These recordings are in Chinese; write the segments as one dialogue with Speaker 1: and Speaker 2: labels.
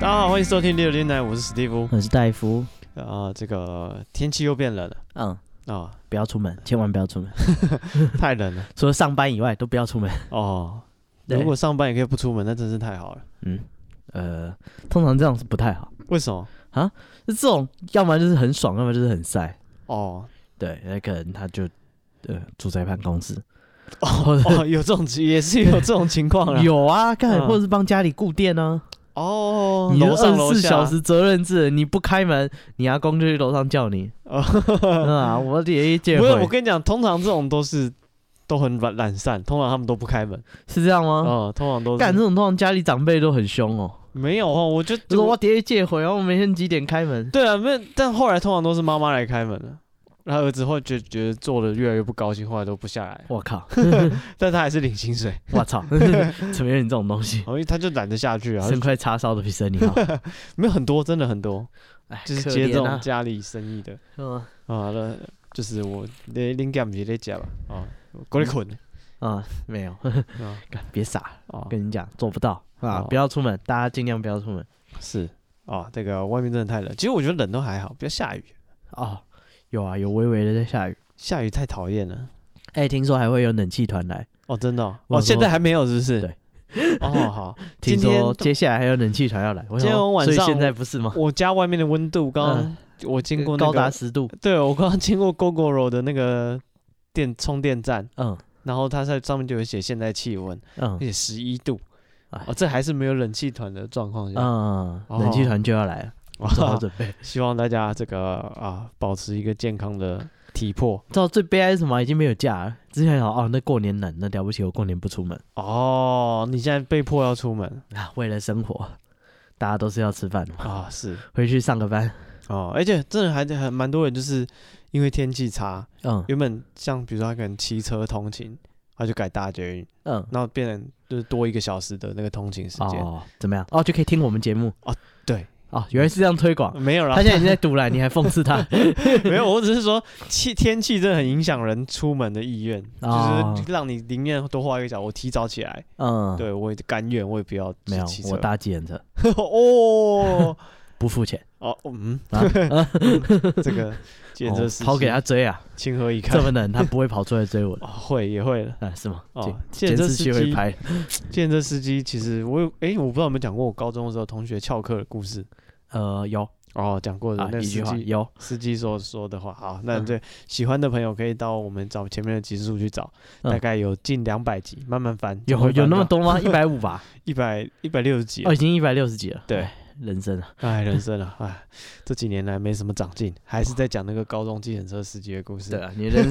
Speaker 1: 大家好，欢迎收听六六奶，我是史蒂夫。
Speaker 2: 我是戴夫。
Speaker 1: 啊、这个天气又变冷了
Speaker 2: 嗯，
Speaker 1: 啊、
Speaker 2: 不要出门，千万不要出门。
Speaker 1: 太冷了
Speaker 2: 除了上班以外，都不要 出门。
Speaker 1: 哦。
Speaker 2: 对
Speaker 1: 如果上班也可以不出门，那真是太好了。
Speaker 2: 嗯，呃，通常这样是不太好。
Speaker 1: 为什么？
Speaker 2: 这种要么就是很爽，要么就是很晒。
Speaker 1: 哦
Speaker 2: 对，那可能他就呃住在办公室。
Speaker 1: 哦哦，有这种也是有这种情况了。
Speaker 2: 有啊，干、
Speaker 1: 嗯
Speaker 2: 或者是帮家里顾店呢、
Speaker 1: 哦，
Speaker 2: 你
Speaker 1: 楼
Speaker 2: 二
Speaker 1: 上
Speaker 2: 十
Speaker 1: 楼
Speaker 2: 四
Speaker 1: 下
Speaker 2: 小时责任制，你不开门，你阿公就去楼上叫你。
Speaker 1: 哦
Speaker 2: 嗯啊，我爷爷见
Speaker 1: 不是，我
Speaker 2: 会
Speaker 1: 跟你讲，通常这种都是都很懒懒散，通常他们都不开门。
Speaker 2: 是这样吗？
Speaker 1: 哦，通常都
Speaker 2: 啊干、
Speaker 1: 是
Speaker 2: 这种通常家里长辈都很凶哦，
Speaker 1: 没有哦，我就
Speaker 2: 就说我爷爷借回，然后我每天几点开门？
Speaker 1: 对啊，没有，但后来通常都是妈妈来开门了。然后儿子会觉觉得做的越来越不高兴，后来都不下来，
Speaker 2: 我靠，
Speaker 1: 但他还是领薪水，
Speaker 2: 我操， 怎么有你这种东西？
Speaker 1: 哦因为他就懒得下去啊，
Speaker 2: 生块叉烧的比生你 好，
Speaker 1: 没有很多，真的很多，
Speaker 2: 哎
Speaker 1: 就是
Speaker 2: 可
Speaker 1: 接这
Speaker 2: 怜
Speaker 1: 种
Speaker 2: 啊
Speaker 1: 家里生意的
Speaker 2: 是吗
Speaker 1: 啊，那就是我你灵感不是在家吧，啊，我过来捆
Speaker 2: 啊，没有，
Speaker 1: 啊
Speaker 2: 干别傻了，
Speaker 1: 啊，
Speaker 2: 跟你讲做不到啊
Speaker 1: 哦，
Speaker 2: 不要出门，大家尽量不要出门
Speaker 1: 是啊，这个外面真的太冷，其实我觉得冷都还好，不要下雨，
Speaker 2: 哦。有啊，有微微的在下雨，
Speaker 1: 下雨太讨厌了。
Speaker 2: 哎，听说还会有冷气团来，
Speaker 1: 哦，真的哦，哦
Speaker 2: 我有时
Speaker 1: 现
Speaker 2: 候
Speaker 1: 在还没有是不是？
Speaker 2: 对。
Speaker 1: 哦，好，今
Speaker 2: 听说
Speaker 1: 天
Speaker 2: 接下来还有冷气团要来，我
Speaker 1: 今
Speaker 2: 想
Speaker 1: 天
Speaker 2: 说
Speaker 1: 晚
Speaker 2: 所以
Speaker 1: 上
Speaker 2: 现在不是吗？
Speaker 1: 我家外面的温度刚刚我经过那
Speaker 2: 嗯高
Speaker 1: 个
Speaker 2: 达十度，
Speaker 1: 对我刚刚经过 GoGoRo 的那个电充电站，
Speaker 2: 嗯
Speaker 1: 然后它在上面就有写现在气温，而
Speaker 2: 嗯
Speaker 1: 且十一度，
Speaker 2: 哎
Speaker 1: 哦，这还是没有冷气团的状况下，
Speaker 2: 嗯，
Speaker 1: 哦
Speaker 2: 冷气团就要来了，
Speaker 1: 哇
Speaker 2: 做好准备。
Speaker 1: 希望大家这个啊保持一个健康的体魄
Speaker 2: 知道最悲哀是什么？已经没有假了。之前想哦，那过年冷，那了不起，我过年不出门
Speaker 1: 哦。你现在被迫要出门
Speaker 2: 啊，为了生活，大家都是要吃饭的嘛，
Speaker 1: 啊，是
Speaker 2: 回去上个班，
Speaker 1: 哦，而且真的还还蛮多人就是因为天气差，
Speaker 2: 嗯
Speaker 1: 原本像比如说他可能骑车通勤，他就改搭捷运，
Speaker 2: 嗯，
Speaker 1: 然后变成就是多一个小时的那个通勤时间。
Speaker 2: 哦，怎么样？哦，就可以听我们节目
Speaker 1: 哦。对，
Speaker 2: 哦，原来是这样推 广。
Speaker 1: 没有啦
Speaker 2: 他现，在已经在堵了，你还讽 刺他？
Speaker 1: 没有，我只是说气天气真的很影响人出门的意愿，
Speaker 2: 哦
Speaker 1: 就是让你宁愿多花一个小时，我提早起来，
Speaker 2: 嗯，，
Speaker 1: 对我也甘愿，我也不要
Speaker 2: 没有
Speaker 1: 骑，
Speaker 2: 我
Speaker 1: 车。
Speaker 2: 搭计程车
Speaker 1: 哦
Speaker 2: 不付钱，
Speaker 1: 哦嗯，
Speaker 2: 啊
Speaker 1: 这个简直
Speaker 2: 哦
Speaker 1: 是
Speaker 2: 跑给他追啊！
Speaker 1: 情何以堪
Speaker 2: 这？么冷，他不会跑出来追我的
Speaker 1: 哦 会也会了。
Speaker 2: 啊？是吗？
Speaker 1: 哦
Speaker 2: 监
Speaker 1: 计程车
Speaker 2: 监视
Speaker 1: 司
Speaker 2: 器会
Speaker 1: 机
Speaker 2: 拍
Speaker 1: 见这司机，其实我有哎、我不知道有没有讲过我高中的时候同学翘课的故事
Speaker 2: 呃有
Speaker 1: 哦，讲过的、
Speaker 2: 啊
Speaker 1: 那
Speaker 2: 一
Speaker 1: 司
Speaker 2: 句话
Speaker 1: 机
Speaker 2: 有
Speaker 1: 司机所说的话。好，那
Speaker 2: 嗯
Speaker 1: 对、喜欢的朋友可以到我们找前面的集数去找，
Speaker 2: 嗯
Speaker 1: 大概有近两百集，慢慢翻。
Speaker 2: 有有那么多吗？一百 五吧？
Speaker 1: 一百一百六十集
Speaker 2: 哦，已？经一百六十几了。
Speaker 1: 对
Speaker 2: 哎，人生啊，
Speaker 1: 哎，人生啊，哎，这几年来没什么长进，还是在讲那个高中计程车司机的故事。
Speaker 2: 对啊，你的人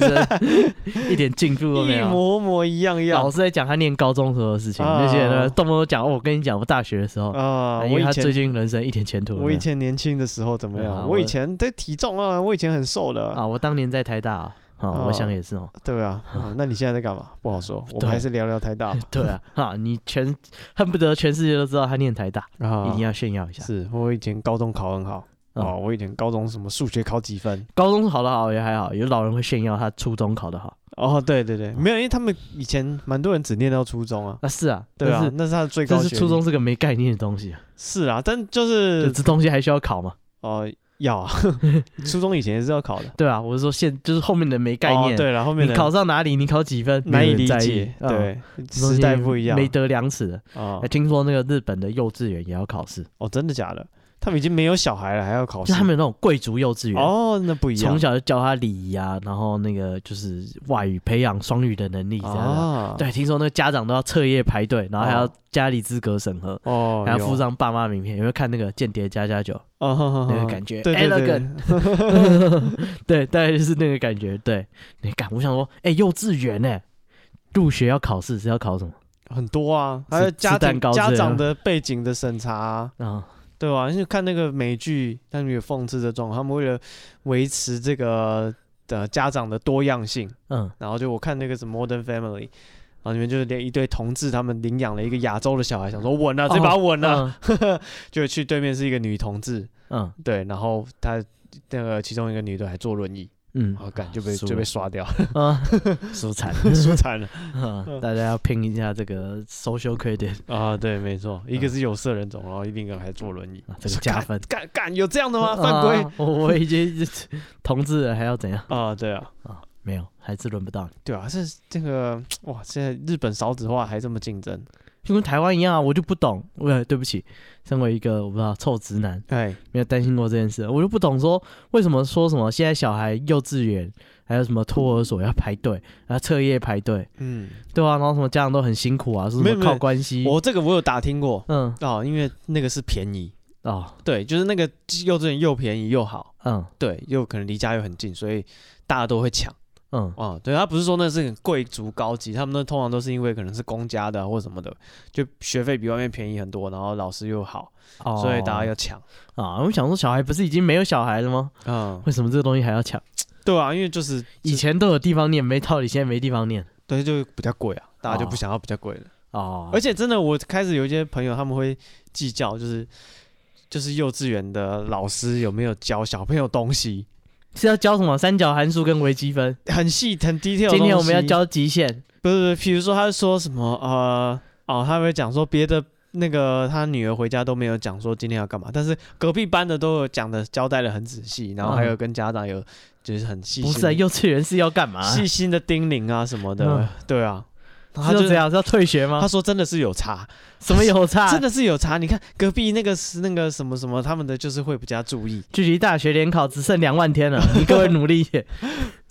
Speaker 2: 生一点进步都没
Speaker 1: 一
Speaker 2: 有。
Speaker 1: 模模一样
Speaker 2: 老
Speaker 1: 样
Speaker 2: 师在讲他念高中时候的事情，那些人
Speaker 1: 啊
Speaker 2: 呢动不动讲哦，我跟你讲，我大学的时候，
Speaker 1: 啊！
Speaker 2: 因
Speaker 1: 我
Speaker 2: 为
Speaker 1: 以
Speaker 2: 他最
Speaker 1: 前
Speaker 2: 近人生一点前途都没有。
Speaker 1: 我以前年轻的时候怎么
Speaker 2: 啊
Speaker 1: 样？
Speaker 2: 我
Speaker 1: 我以前的体重啊，我以前很瘦的
Speaker 2: 啊，我当年在台大啊，啊
Speaker 1: 哦
Speaker 2: 我想也是哦。
Speaker 1: 对啊，啊那你现在在干嘛？不好说，我们
Speaker 2: 对
Speaker 1: 还是聊聊台大吧
Speaker 2: 对啊，哈，你全恨不得全世界都知道他念台大，
Speaker 1: 啊
Speaker 2: 一定要炫耀一下。
Speaker 1: 是我以前高中考很好
Speaker 2: 嗯
Speaker 1: 哦，我以前高中什么数学考几 分？
Speaker 2: 高中考得好也还好，有老人会炫耀他初中考得好。
Speaker 1: 哦，对对对，没有，因为他们以前蛮多人只念到初中啊，
Speaker 2: 啊，是啊，
Speaker 1: 对
Speaker 2: 但
Speaker 1: 啊
Speaker 2: 是，
Speaker 1: 那是他的最
Speaker 2: 但
Speaker 1: 高
Speaker 2: 是
Speaker 1: 学历。
Speaker 2: 初中是个没概念的东西啊，
Speaker 1: 是啊，但就
Speaker 2: 就是这东西还需要考吗？
Speaker 1: 哦要 啊，初中以前也是要考的
Speaker 2: 对啊，我是说现就是后面的没概念，
Speaker 1: 哦对了，后面
Speaker 2: 你
Speaker 1: 的
Speaker 2: 考上哪里，你考几分，
Speaker 1: 难以
Speaker 2: 没
Speaker 1: 理
Speaker 2: 有人在意
Speaker 1: 解，，
Speaker 2: 啊
Speaker 1: 对，
Speaker 2: 这东西
Speaker 1: 时代不一样
Speaker 2: 没得量尺的。哎
Speaker 1: 啊
Speaker 2: 哎，听说那个日本的幼稚园也要考试，
Speaker 1: 哦，真的假的？他们已经没有小孩了，还要考
Speaker 2: 就
Speaker 1: 试？
Speaker 2: 他们有那种贵族幼稚园，
Speaker 1: 哦，那不一样
Speaker 2: 从。小就教他礼仪啊，然后那个就是外语培养双语的能力这样子。
Speaker 1: 啊，
Speaker 2: 对，听说那个家长都要彻夜排队，然后还要家里资格审核，
Speaker 1: 哦，
Speaker 2: 还要附
Speaker 1: 有
Speaker 2: 上爸妈名片。有没有看那个《间谍加加酒》
Speaker 1: 啊哈哈哈
Speaker 2: 那个感觉
Speaker 1: 对对对
Speaker 2: Elegant 对，大概就是那个感觉。对，你看，我想说，哎、幼稚园哎、入学要考试是要考什么
Speaker 1: 很多啊，
Speaker 2: 吃
Speaker 1: 还有家
Speaker 2: 吃
Speaker 1: 长
Speaker 2: 蛋糕之类
Speaker 1: 家
Speaker 2: 的
Speaker 1: 长的背景的审查啊，
Speaker 2: 啊？
Speaker 1: 对吧、因为看那个美剧，他们有讽刺这种，他们为了维持这个的、呃家长的多样性，
Speaker 2: 嗯，
Speaker 1: 然后就我看那个什么《Modern Family》。然后里面就是连一对同志，他们领养了一个亚洲的小孩，想说稳啊，这把稳啊，
Speaker 2: 嗯
Speaker 1: 就去对面是一个女同志，
Speaker 2: 嗯
Speaker 1: 对，然后她那个其中一个女的还坐轮椅，
Speaker 2: 嗯，
Speaker 1: 然后感就被
Speaker 2: 输
Speaker 1: 就被刷掉，
Speaker 2: 啊， 输惨，
Speaker 1: 输惨了
Speaker 2: 嗯大家要拼一下这个 social credit，
Speaker 1: 啊！对，没错，一个是有色人种，然后另一个还坐轮椅
Speaker 2: 嗯啊，这个 加分。
Speaker 1: 干干有这样的吗？犯规
Speaker 2: 啊我我已经 同志了，还要怎样
Speaker 1: 啊！对啊，
Speaker 2: 啊？没有，还是轮不到你，
Speaker 1: 对啊，这这个哇，现在日本少子化还这么竞争，
Speaker 2: 就跟台湾一样啊！我就不懂，喂，对不起，身为一个我不知道臭直男，
Speaker 1: 哎，
Speaker 2: 没有担心过这件事，我就不懂说为什么说什么现在小孩幼稚园还有什么托儿所要排队，还要彻夜排队，
Speaker 1: 嗯，
Speaker 2: 对啊，然后什么家长都很辛苦啊，说
Speaker 1: 没
Speaker 2: 什
Speaker 1: 有
Speaker 2: 么
Speaker 1: 没有
Speaker 2: 靠关系，
Speaker 1: 我这个我有打听过
Speaker 2: 嗯
Speaker 1: 哦，因为那个是便宜，
Speaker 2: 哦
Speaker 1: 对，就是那个幼稚园又便宜又好，
Speaker 2: 嗯
Speaker 1: 对，又可能离家又很近，所以大家都会抢。
Speaker 2: 嗯
Speaker 1: 哦，对，他不是说那是很贵族高级，他们那通常都是因为可能是公家的啊或什么的，就学费比外面便宜很多，然后老师又好，
Speaker 2: 哦，
Speaker 1: 所以大家要抢。
Speaker 2: 啊，我想说小孩不是已经没有小孩了吗？
Speaker 1: 嗯，
Speaker 2: 为什么这个东西还要抢？
Speaker 1: 对啊，因为就是
Speaker 2: 以前都有地方念，没道理现在没地方念
Speaker 1: 对就比较贵啊，大家就不
Speaker 2: 哦
Speaker 1: 想要比较贵的。
Speaker 2: 哦，
Speaker 1: 而且真的，我开始有一些朋友他们会计较，就是就是幼稚园的老师有没有教小朋友东西，
Speaker 2: 是要教什么三角函数跟微积分？
Speaker 1: 很细很 detail 的
Speaker 2: 今天我们要
Speaker 1: 东西
Speaker 2: 教极限，
Speaker 1: 不是，不是，比如说他说什么呃哦，他会讲说别的那个他女儿回家都没有讲说今天要干嘛，但是隔壁班的都有讲的交代的很仔细，然后还有跟家长有就是很细
Speaker 2: 不
Speaker 1: 心
Speaker 2: 是啊，
Speaker 1: 的、
Speaker 2: 幼稚园是要干嘛？
Speaker 1: 细心的叮咛啊什么的，
Speaker 2: 嗯
Speaker 1: 对啊，他
Speaker 2: 他就
Speaker 1: 就
Speaker 2: 这。样是啊要退学
Speaker 1: 他
Speaker 2: 吗？
Speaker 1: 说：“真的是有差，
Speaker 2: 什么有差？
Speaker 1: 真的是有差。你看隔壁那个是那个什么什么，他们的就是会比较注意，
Speaker 2: 距离大学联考只剩两万 天了，你各位努力一点。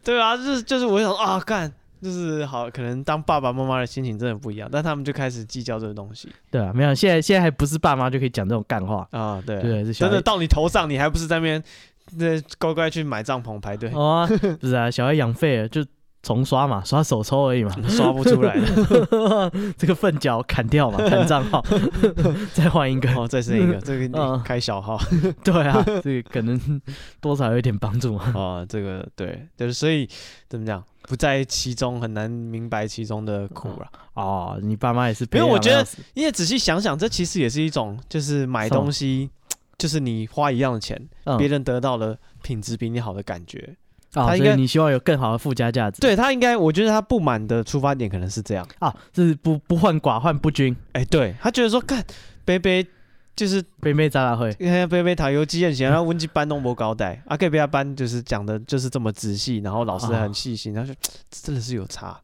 Speaker 1: 对啊，就是就是我想啊，干就是好，可能当爸爸妈妈的心情真的不一样，但他们就开始计较这个东西
Speaker 2: 对啊，没有，现在现在还不是爸妈就可以讲这种干话，
Speaker 1: 啊。对啊
Speaker 2: 对，是小
Speaker 1: 真
Speaker 2: 孩
Speaker 1: 的到你头上，你还不是在那边那乖乖去买帐篷排队，
Speaker 2: 哦啊，不是啊，小孩养废了就重刷嘛，刷手抽而已嘛，
Speaker 1: 刷不出来的。
Speaker 2: 这个粪脚砍掉 嘛，砍账号， 再换一个。
Speaker 1: 哦，这是一 个，这个
Speaker 2: 嗯
Speaker 1: 你开小 号
Speaker 2: 对啊，这个可能多少有一点帮助嘛。
Speaker 1: 啊，这个对，就是所以怎么讲，不在其中很难明白其中的苦了。
Speaker 2: 哦，你爸妈也是
Speaker 1: 没
Speaker 2: 培
Speaker 1: 有
Speaker 2: 养
Speaker 1: 我
Speaker 2: 要
Speaker 1: 觉
Speaker 2: 死，
Speaker 1: 得因为仔细想想，这其实也是一种，就是买
Speaker 2: 什么
Speaker 1: 东西，就是你花一样的钱，
Speaker 2: 嗯
Speaker 1: 别人得到了品质比你好的感觉。
Speaker 2: 哦，
Speaker 1: 他应
Speaker 2: 所以
Speaker 1: 该
Speaker 2: 你希望有更好的附加价值。
Speaker 1: 对他应该，我觉得他不满的出发点可能是这样。
Speaker 2: 啊，是不不患寡患不均，
Speaker 1: 哎，对他觉得说，看贝贝就是
Speaker 2: 杯杯渣渣会。
Speaker 1: 因为贝贝塔游记很闲，然后温记班弄不高代，啊，给贝他班就是讲的就是这么仔细，然后老师还很细心，他说这真的是有差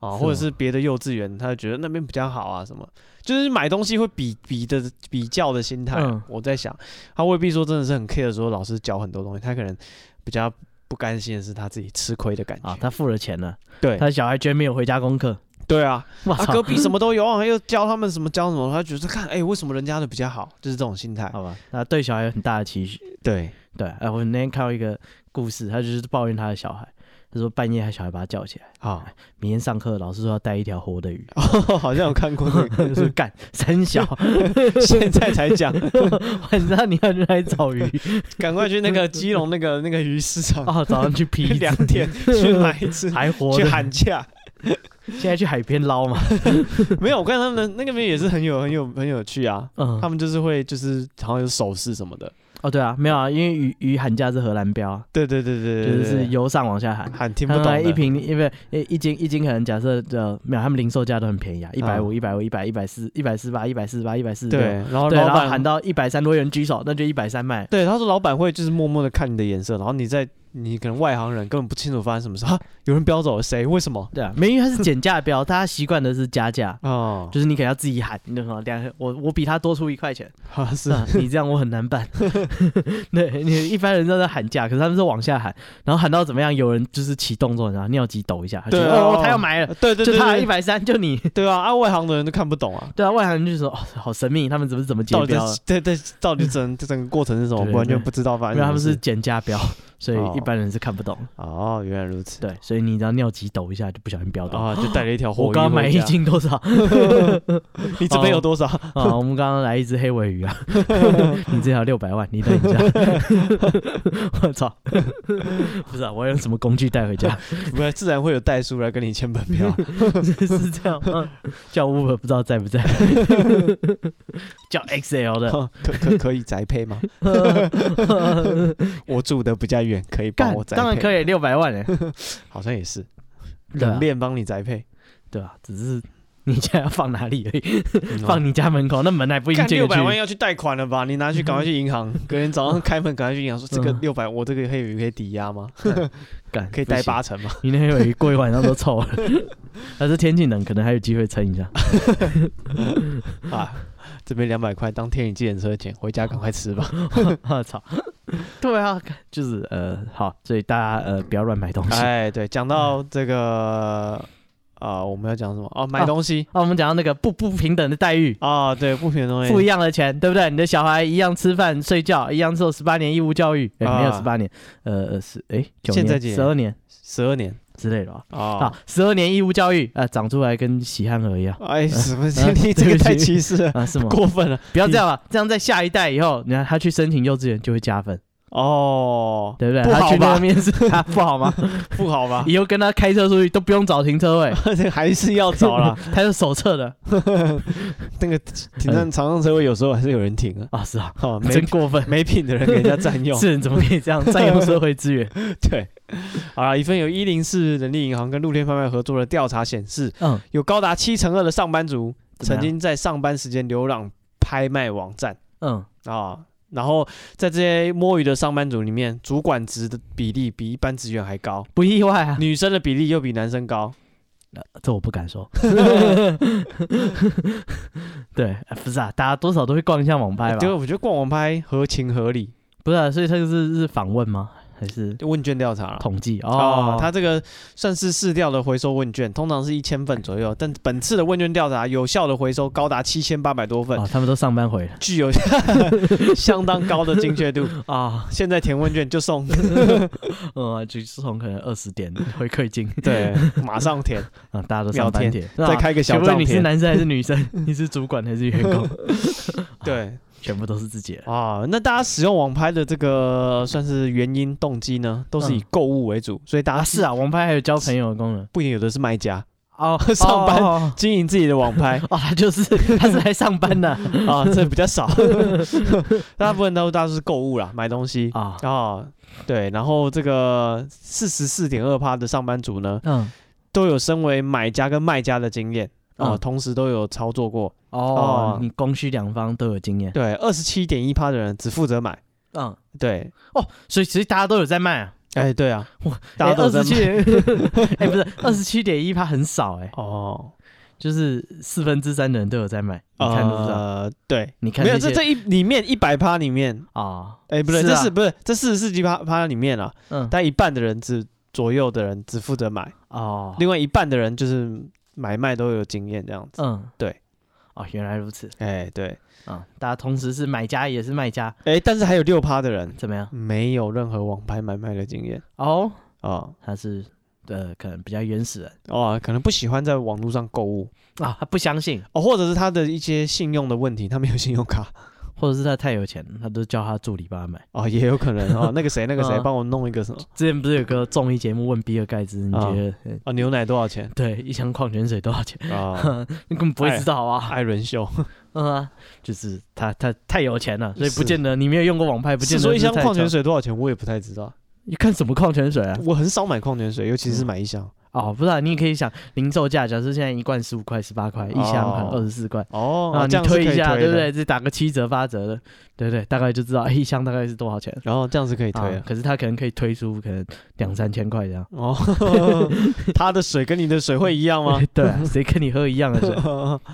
Speaker 1: 啊，
Speaker 2: 是
Speaker 1: 或者是别的幼稚园，他就觉得那边比较好啊，什么，就是买东西会比比的比较的心态啊、
Speaker 2: 嗯
Speaker 1: 我在想，他未必说真的是很 care 说老师教很多东西，他可能比较不甘心的是他自己吃亏的感觉，
Speaker 2: 啊，他付了钱了，
Speaker 1: 对
Speaker 2: 他小孩居然没有回家功课，
Speaker 1: 对 啊，
Speaker 2: 我
Speaker 1: 啊
Speaker 2: 操！
Speaker 1: 隔壁什么都有，啊，又教他们什么教什么，他觉得看哎、为什么人家的比较好，就是这种心态，
Speaker 2: 好吧，那对小孩有很大的期许。
Speaker 1: 对，
Speaker 2: 对，哎、我那天看到一个故事，他就是抱怨他的小孩，他说半夜他小孩把他叫起来，
Speaker 1: 好，
Speaker 2: 明天上课老师说要带一条活的鱼，
Speaker 1: 好像有看过那个。
Speaker 2: 他说干三小，
Speaker 1: 现在才 讲，
Speaker 2: 晚上你要去来 找鱼，
Speaker 1: 赶快去那个基隆那个那个鱼市场，
Speaker 2: 哦，早上去批一只，
Speaker 1: 两点去买一只
Speaker 2: 还活
Speaker 1: 去
Speaker 2: 的，
Speaker 1: 喊价。
Speaker 2: 现在去海边捞嘛，
Speaker 1: 没有，我看他们那个边也是很有很有很有趣啊。
Speaker 2: 嗯
Speaker 1: 他，们就是会就是好像有手势什么的。
Speaker 2: 哦对啊，没有啊，因为鱼鱼喊价是荷兰标啊，
Speaker 1: 对对对对
Speaker 2: 就
Speaker 1: 对
Speaker 2: 是
Speaker 1: 对，
Speaker 2: 是由上往下喊。
Speaker 1: 喊听不
Speaker 2: 他们
Speaker 1: 懂
Speaker 2: 呃来一
Speaker 1: 的。
Speaker 2: 瓶，因为一一斤一斤可能假设呃没有，他们零售价都很便宜啊，一百五、一百五、一百一百四、一百四八、一百四八、一百四
Speaker 1: 对，然后
Speaker 2: 对，
Speaker 1: 老
Speaker 2: 然后
Speaker 1: 板
Speaker 2: 喊，到一百三，多人举手，那就一百三卖。
Speaker 1: 对，他说老板会就是默默的看你的颜色，然后你在你可能外行人根本不清楚发生什么事啊，有人飙走了谁？为什么？
Speaker 2: 对啊，没因为它是减价标，大家习惯的是 加价，
Speaker 1: 哦，
Speaker 2: 就是你可能要自己喊，你懂吗？两我我比他多出一 块钱，
Speaker 1: 啊 是
Speaker 2: 啊，你这样我很 难办。 对，你一般人都在喊价，可是他们是往下喊，然后喊到怎么样？有人就是启动之后，然后尿急抖一下，他就
Speaker 1: 对
Speaker 2: 哦
Speaker 1: 哦
Speaker 2: 他要买了，
Speaker 1: 对对
Speaker 2: 就
Speaker 1: 对
Speaker 2: 他一
Speaker 1: 对，
Speaker 2: 百三，就你。
Speaker 1: 对啊，啊外行的人都看不懂啊，
Speaker 2: 对啊，外行人就说哦，好神秘，他们怎么怎么结
Speaker 1: 到底
Speaker 2: 标了？
Speaker 1: 对对，到底整整个过程是什么，
Speaker 2: 对对
Speaker 1: 完全
Speaker 2: 对
Speaker 1: 不知道发
Speaker 2: 因
Speaker 1: 生
Speaker 2: 为
Speaker 1: 什
Speaker 2: 他
Speaker 1: 么
Speaker 2: 们
Speaker 1: 事。
Speaker 2: 是减价标， 所
Speaker 1: 哦
Speaker 2: 以一般人是看不懂。
Speaker 1: 哦，原来如此。
Speaker 2: 对，所以你只要尿急抖一下，就不小心标到。
Speaker 1: 啊，就带了一 条火
Speaker 2: 我
Speaker 1: 鱼
Speaker 2: 刚刚买
Speaker 1: 回
Speaker 2: 一
Speaker 1: 家，
Speaker 2: 斤多少
Speaker 1: 你这边有多少？
Speaker 2: 啊？我们刚刚来一只黑 尾鱼啊！你这条六百万，你等一下。 我操！ 不是啊，我要用什么工具带回家？
Speaker 1: 不是，自然会有代书来跟你签本票。
Speaker 2: 是这样吗？叫 Uber 不知道在不 在，叫 XL 的，
Speaker 1: 哦可可可以宅配 吗？我住的比较远，可以帮
Speaker 2: 干
Speaker 1: 我宅配。
Speaker 2: 当然可
Speaker 1: 以，
Speaker 2: 以，六百万 哎，
Speaker 1: 好像也是
Speaker 2: 对
Speaker 1: 冷
Speaker 2: 啊
Speaker 1: 链帮你宅配，
Speaker 2: 对啊，只是你家要放哪里而已，
Speaker 1: 嗯
Speaker 2: 放
Speaker 1: 哦
Speaker 2: 你家门口，那门还不一定
Speaker 1: 干
Speaker 2: 进
Speaker 1: 六
Speaker 2: 得去
Speaker 1: 百。万要去贷款了吧？你拿去赶快去银 行，隔天早上开门赶快去银行说这
Speaker 2: 嗯
Speaker 1: 个六百，我这个可以可以抵押吗？
Speaker 2: 干
Speaker 1: 可以贷
Speaker 2: 带
Speaker 1: 八成吗？
Speaker 2: 你那尾鱼过一晚上都 臭了。但是天气冷，可能还有机会撑一下。
Speaker 1: 啊，这边两百块当天宇计程车钱，回家赶快吃 吧。
Speaker 2: 我操！对啊，就是呃，好，所以大家呃不要乱买东西。
Speaker 1: 哎，对，讲到这个
Speaker 2: 嗯
Speaker 1: 啊、我们要讲什么？哦，买
Speaker 2: 哦
Speaker 1: 东西
Speaker 2: 那、我们讲到那个不不平等的待遇，
Speaker 1: 啊、对，不平的东西，
Speaker 2: 付一样的钱，对不对？你的小孩一样吃饭、睡觉，一样受十八年义务教育，哎、
Speaker 1: 啊
Speaker 2: 没有十八年，呃，是哎九
Speaker 1: 现在
Speaker 2: 年、
Speaker 1: 几年
Speaker 2: 十二年
Speaker 1: 十二年
Speaker 2: 之类的吧。
Speaker 1: 啊
Speaker 2: 啊，，十二年义务教育啊、呃长出来跟喜憨儿一样
Speaker 1: 哎，什么？
Speaker 2: 呃
Speaker 1: 你这
Speaker 2: 对
Speaker 1: 个
Speaker 2: 不
Speaker 1: 太
Speaker 2: 起
Speaker 1: 歧视了，
Speaker 2: 啊，是吗？
Speaker 1: 过分了
Speaker 2: 不要这样了，这样在下一代以后，你看他去申请幼稚园就会加分，
Speaker 1: 哦，
Speaker 2: 对不对？
Speaker 1: 不好
Speaker 2: 他去那
Speaker 1: 吧
Speaker 2: 个面试， 他不好吗？
Speaker 1: 不好吧？
Speaker 2: 以后跟他开车出去都不用找停 车位，
Speaker 1: 还是要找 啦。
Speaker 2: 他是手册的
Speaker 1: 那个停上常上车位有时候还是有人停啊，
Speaker 2: 啊，是啊，
Speaker 1: 哦，没
Speaker 2: 真过分，
Speaker 1: 没品的人给人家占用。
Speaker 2: 是人怎么可以这样占用社会资源？
Speaker 1: 对，好了，一份由一零四人力银行跟露天贩卖合作的调查显示，
Speaker 2: 嗯，
Speaker 1: 有高达七成二的上班族
Speaker 2: 怎么
Speaker 1: 曾
Speaker 2: 样
Speaker 1: 经在上班时间浏览拍卖网站
Speaker 2: 嗯，
Speaker 1: 啊。然后在这些摸鱼的上班族里面，主管职的比例比一般职员还高，
Speaker 2: 不意外啊，
Speaker 1: 女生的比例又比男生高。
Speaker 2: 这我不敢说。 对，呃不是啊，大家多少都会逛一下网拍吧
Speaker 1: 对，？我觉得逛网拍合情合理。
Speaker 2: 不是啊，所以这个是是访问吗？还是
Speaker 1: 问卷调查了。
Speaker 2: 统计？
Speaker 1: 哦
Speaker 2: 哦，，
Speaker 1: 他这个算是市调的回收问卷，通常是一千份左右，但本次的问卷调查有效的回收高达七千八百多份，
Speaker 2: 哦，他们都上班回了
Speaker 1: 具有 相当高的精确度。
Speaker 2: 啊，
Speaker 1: 现在填问卷就送，
Speaker 2: 嗯，就是从可能二十 点回馈金
Speaker 1: 对， 马上填，
Speaker 2: 啊，大家都上班
Speaker 1: 聊天
Speaker 2: 贴，
Speaker 1: 再开个小
Speaker 2: 请
Speaker 1: 照
Speaker 2: 问你是
Speaker 1: 片。
Speaker 2: 男生还是女生？ 你是主管还是员工？
Speaker 1: 对
Speaker 2: 全部都是自己人。
Speaker 1: 啊，那大家使用网拍的这个算是原因动机呢，都是以
Speaker 2: 嗯
Speaker 1: 购物为主，所以大
Speaker 2: 啊，
Speaker 1: 家
Speaker 2: 是啊，网拍还有交朋友的功能
Speaker 1: 不一定有的是卖家
Speaker 2: 哦
Speaker 1: 上班
Speaker 2: 哦，
Speaker 1: 经营自己的网 拍，
Speaker 2: 哦他就是 他是来上班的
Speaker 1: 啊，这比较少， 大部分都大家是购物啦，买东西
Speaker 2: 啊，
Speaker 1: 啊，对，然后这个四十四点二趴的上班族呢，
Speaker 2: 嗯，
Speaker 1: 都有身为买家跟卖家的经验。哦，
Speaker 2: 嗯
Speaker 1: 同时都有操作过。
Speaker 2: 哦
Speaker 1: 哦，
Speaker 2: 你供需两方都有经验，
Speaker 1: 对，二十七点一趴的人只负责买。
Speaker 2: 嗯，
Speaker 1: 对，
Speaker 2: 哦，所以其实大家都有在卖啊，
Speaker 1: 哎，对啊，
Speaker 2: 哇，
Speaker 1: 大家都有在
Speaker 2: 二十
Speaker 1: 卖。
Speaker 2: 七， 哎，不是二十七点一趴很少哎，
Speaker 1: 哦，
Speaker 2: 就是四分之三的人都有在卖，你看都知道，
Speaker 1: 呃，对，
Speaker 2: 你看
Speaker 1: 没有
Speaker 2: 这
Speaker 1: 这这一里面一百趴里面，
Speaker 2: 啊，
Speaker 1: 哎，不对，
Speaker 2: 是
Speaker 1: 这
Speaker 2: 啊
Speaker 1: 是不是这四十四趴趴里面啊，
Speaker 2: 嗯，
Speaker 1: 但一半的人只左右的人只负责买，
Speaker 2: 哦，
Speaker 1: 另外一半的人就是买卖都有经验这样子。
Speaker 2: 嗯，
Speaker 1: 对，
Speaker 2: 哦，原来如此，
Speaker 1: 哎，对，
Speaker 2: 啊，大家同时是买家也是卖家，
Speaker 1: 哎，但是还有六趴的人
Speaker 2: 怎么样？
Speaker 1: 没有任何网拍买卖的经验
Speaker 2: 哦，
Speaker 1: 啊
Speaker 2: 他是呃，可能比较原始人
Speaker 1: 哦，可能不喜欢在网络上购物
Speaker 2: 啊，他不相信，
Speaker 1: 哦，或者是他的一些信用的问题，他没有信用卡
Speaker 2: 或者是他太有钱，他都叫他助理帮他买。
Speaker 1: 哦，也有可能哦。那个谁，那个谁，
Speaker 2: 嗯
Speaker 1: 帮我弄一个什么
Speaker 2: 之前不是有个综艺节目问比尔盖茨，你
Speaker 1: 啊
Speaker 2: 觉得、呃
Speaker 1: 哦，牛奶多少钱
Speaker 2: 对一箱矿泉水多少钱？
Speaker 1: 啊？
Speaker 2: 你根本不会知道啊！
Speaker 1: 艾伦秀，
Speaker 2: 嗯啊，就是他他太有钱了，所以
Speaker 1: 是
Speaker 2: 不见得你没有用过网拍，不见
Speaker 1: 是
Speaker 2: 得
Speaker 1: 说一
Speaker 2: 是
Speaker 1: 箱
Speaker 2: 太
Speaker 1: 矿泉
Speaker 2: 穷。
Speaker 1: 水多少钱，我也不太知道。
Speaker 2: 你看什么矿泉水啊？
Speaker 1: 我很少买矿泉水，尤其是买一箱
Speaker 2: 哦，不是、啊，你也可以想零售价，假设现在一罐十五块、十八块，一箱可能
Speaker 1: 哦
Speaker 2: 二十四块，
Speaker 1: 哦，这
Speaker 2: 啊，你
Speaker 1: 样是可以
Speaker 2: 一下，
Speaker 1: 推
Speaker 2: 对不
Speaker 1: 的
Speaker 2: 对？？只打个七折、八折的，对不对？大概就知道哎一箱大概是多少钱。
Speaker 1: 然后哦这样是可以推
Speaker 2: 啊
Speaker 1: 的。
Speaker 2: 可是它可能可以推出可能两三千块这样。
Speaker 1: 哦， 他的水跟你的水会一样 吗？
Speaker 2: 对啊，谁跟你喝一样的水？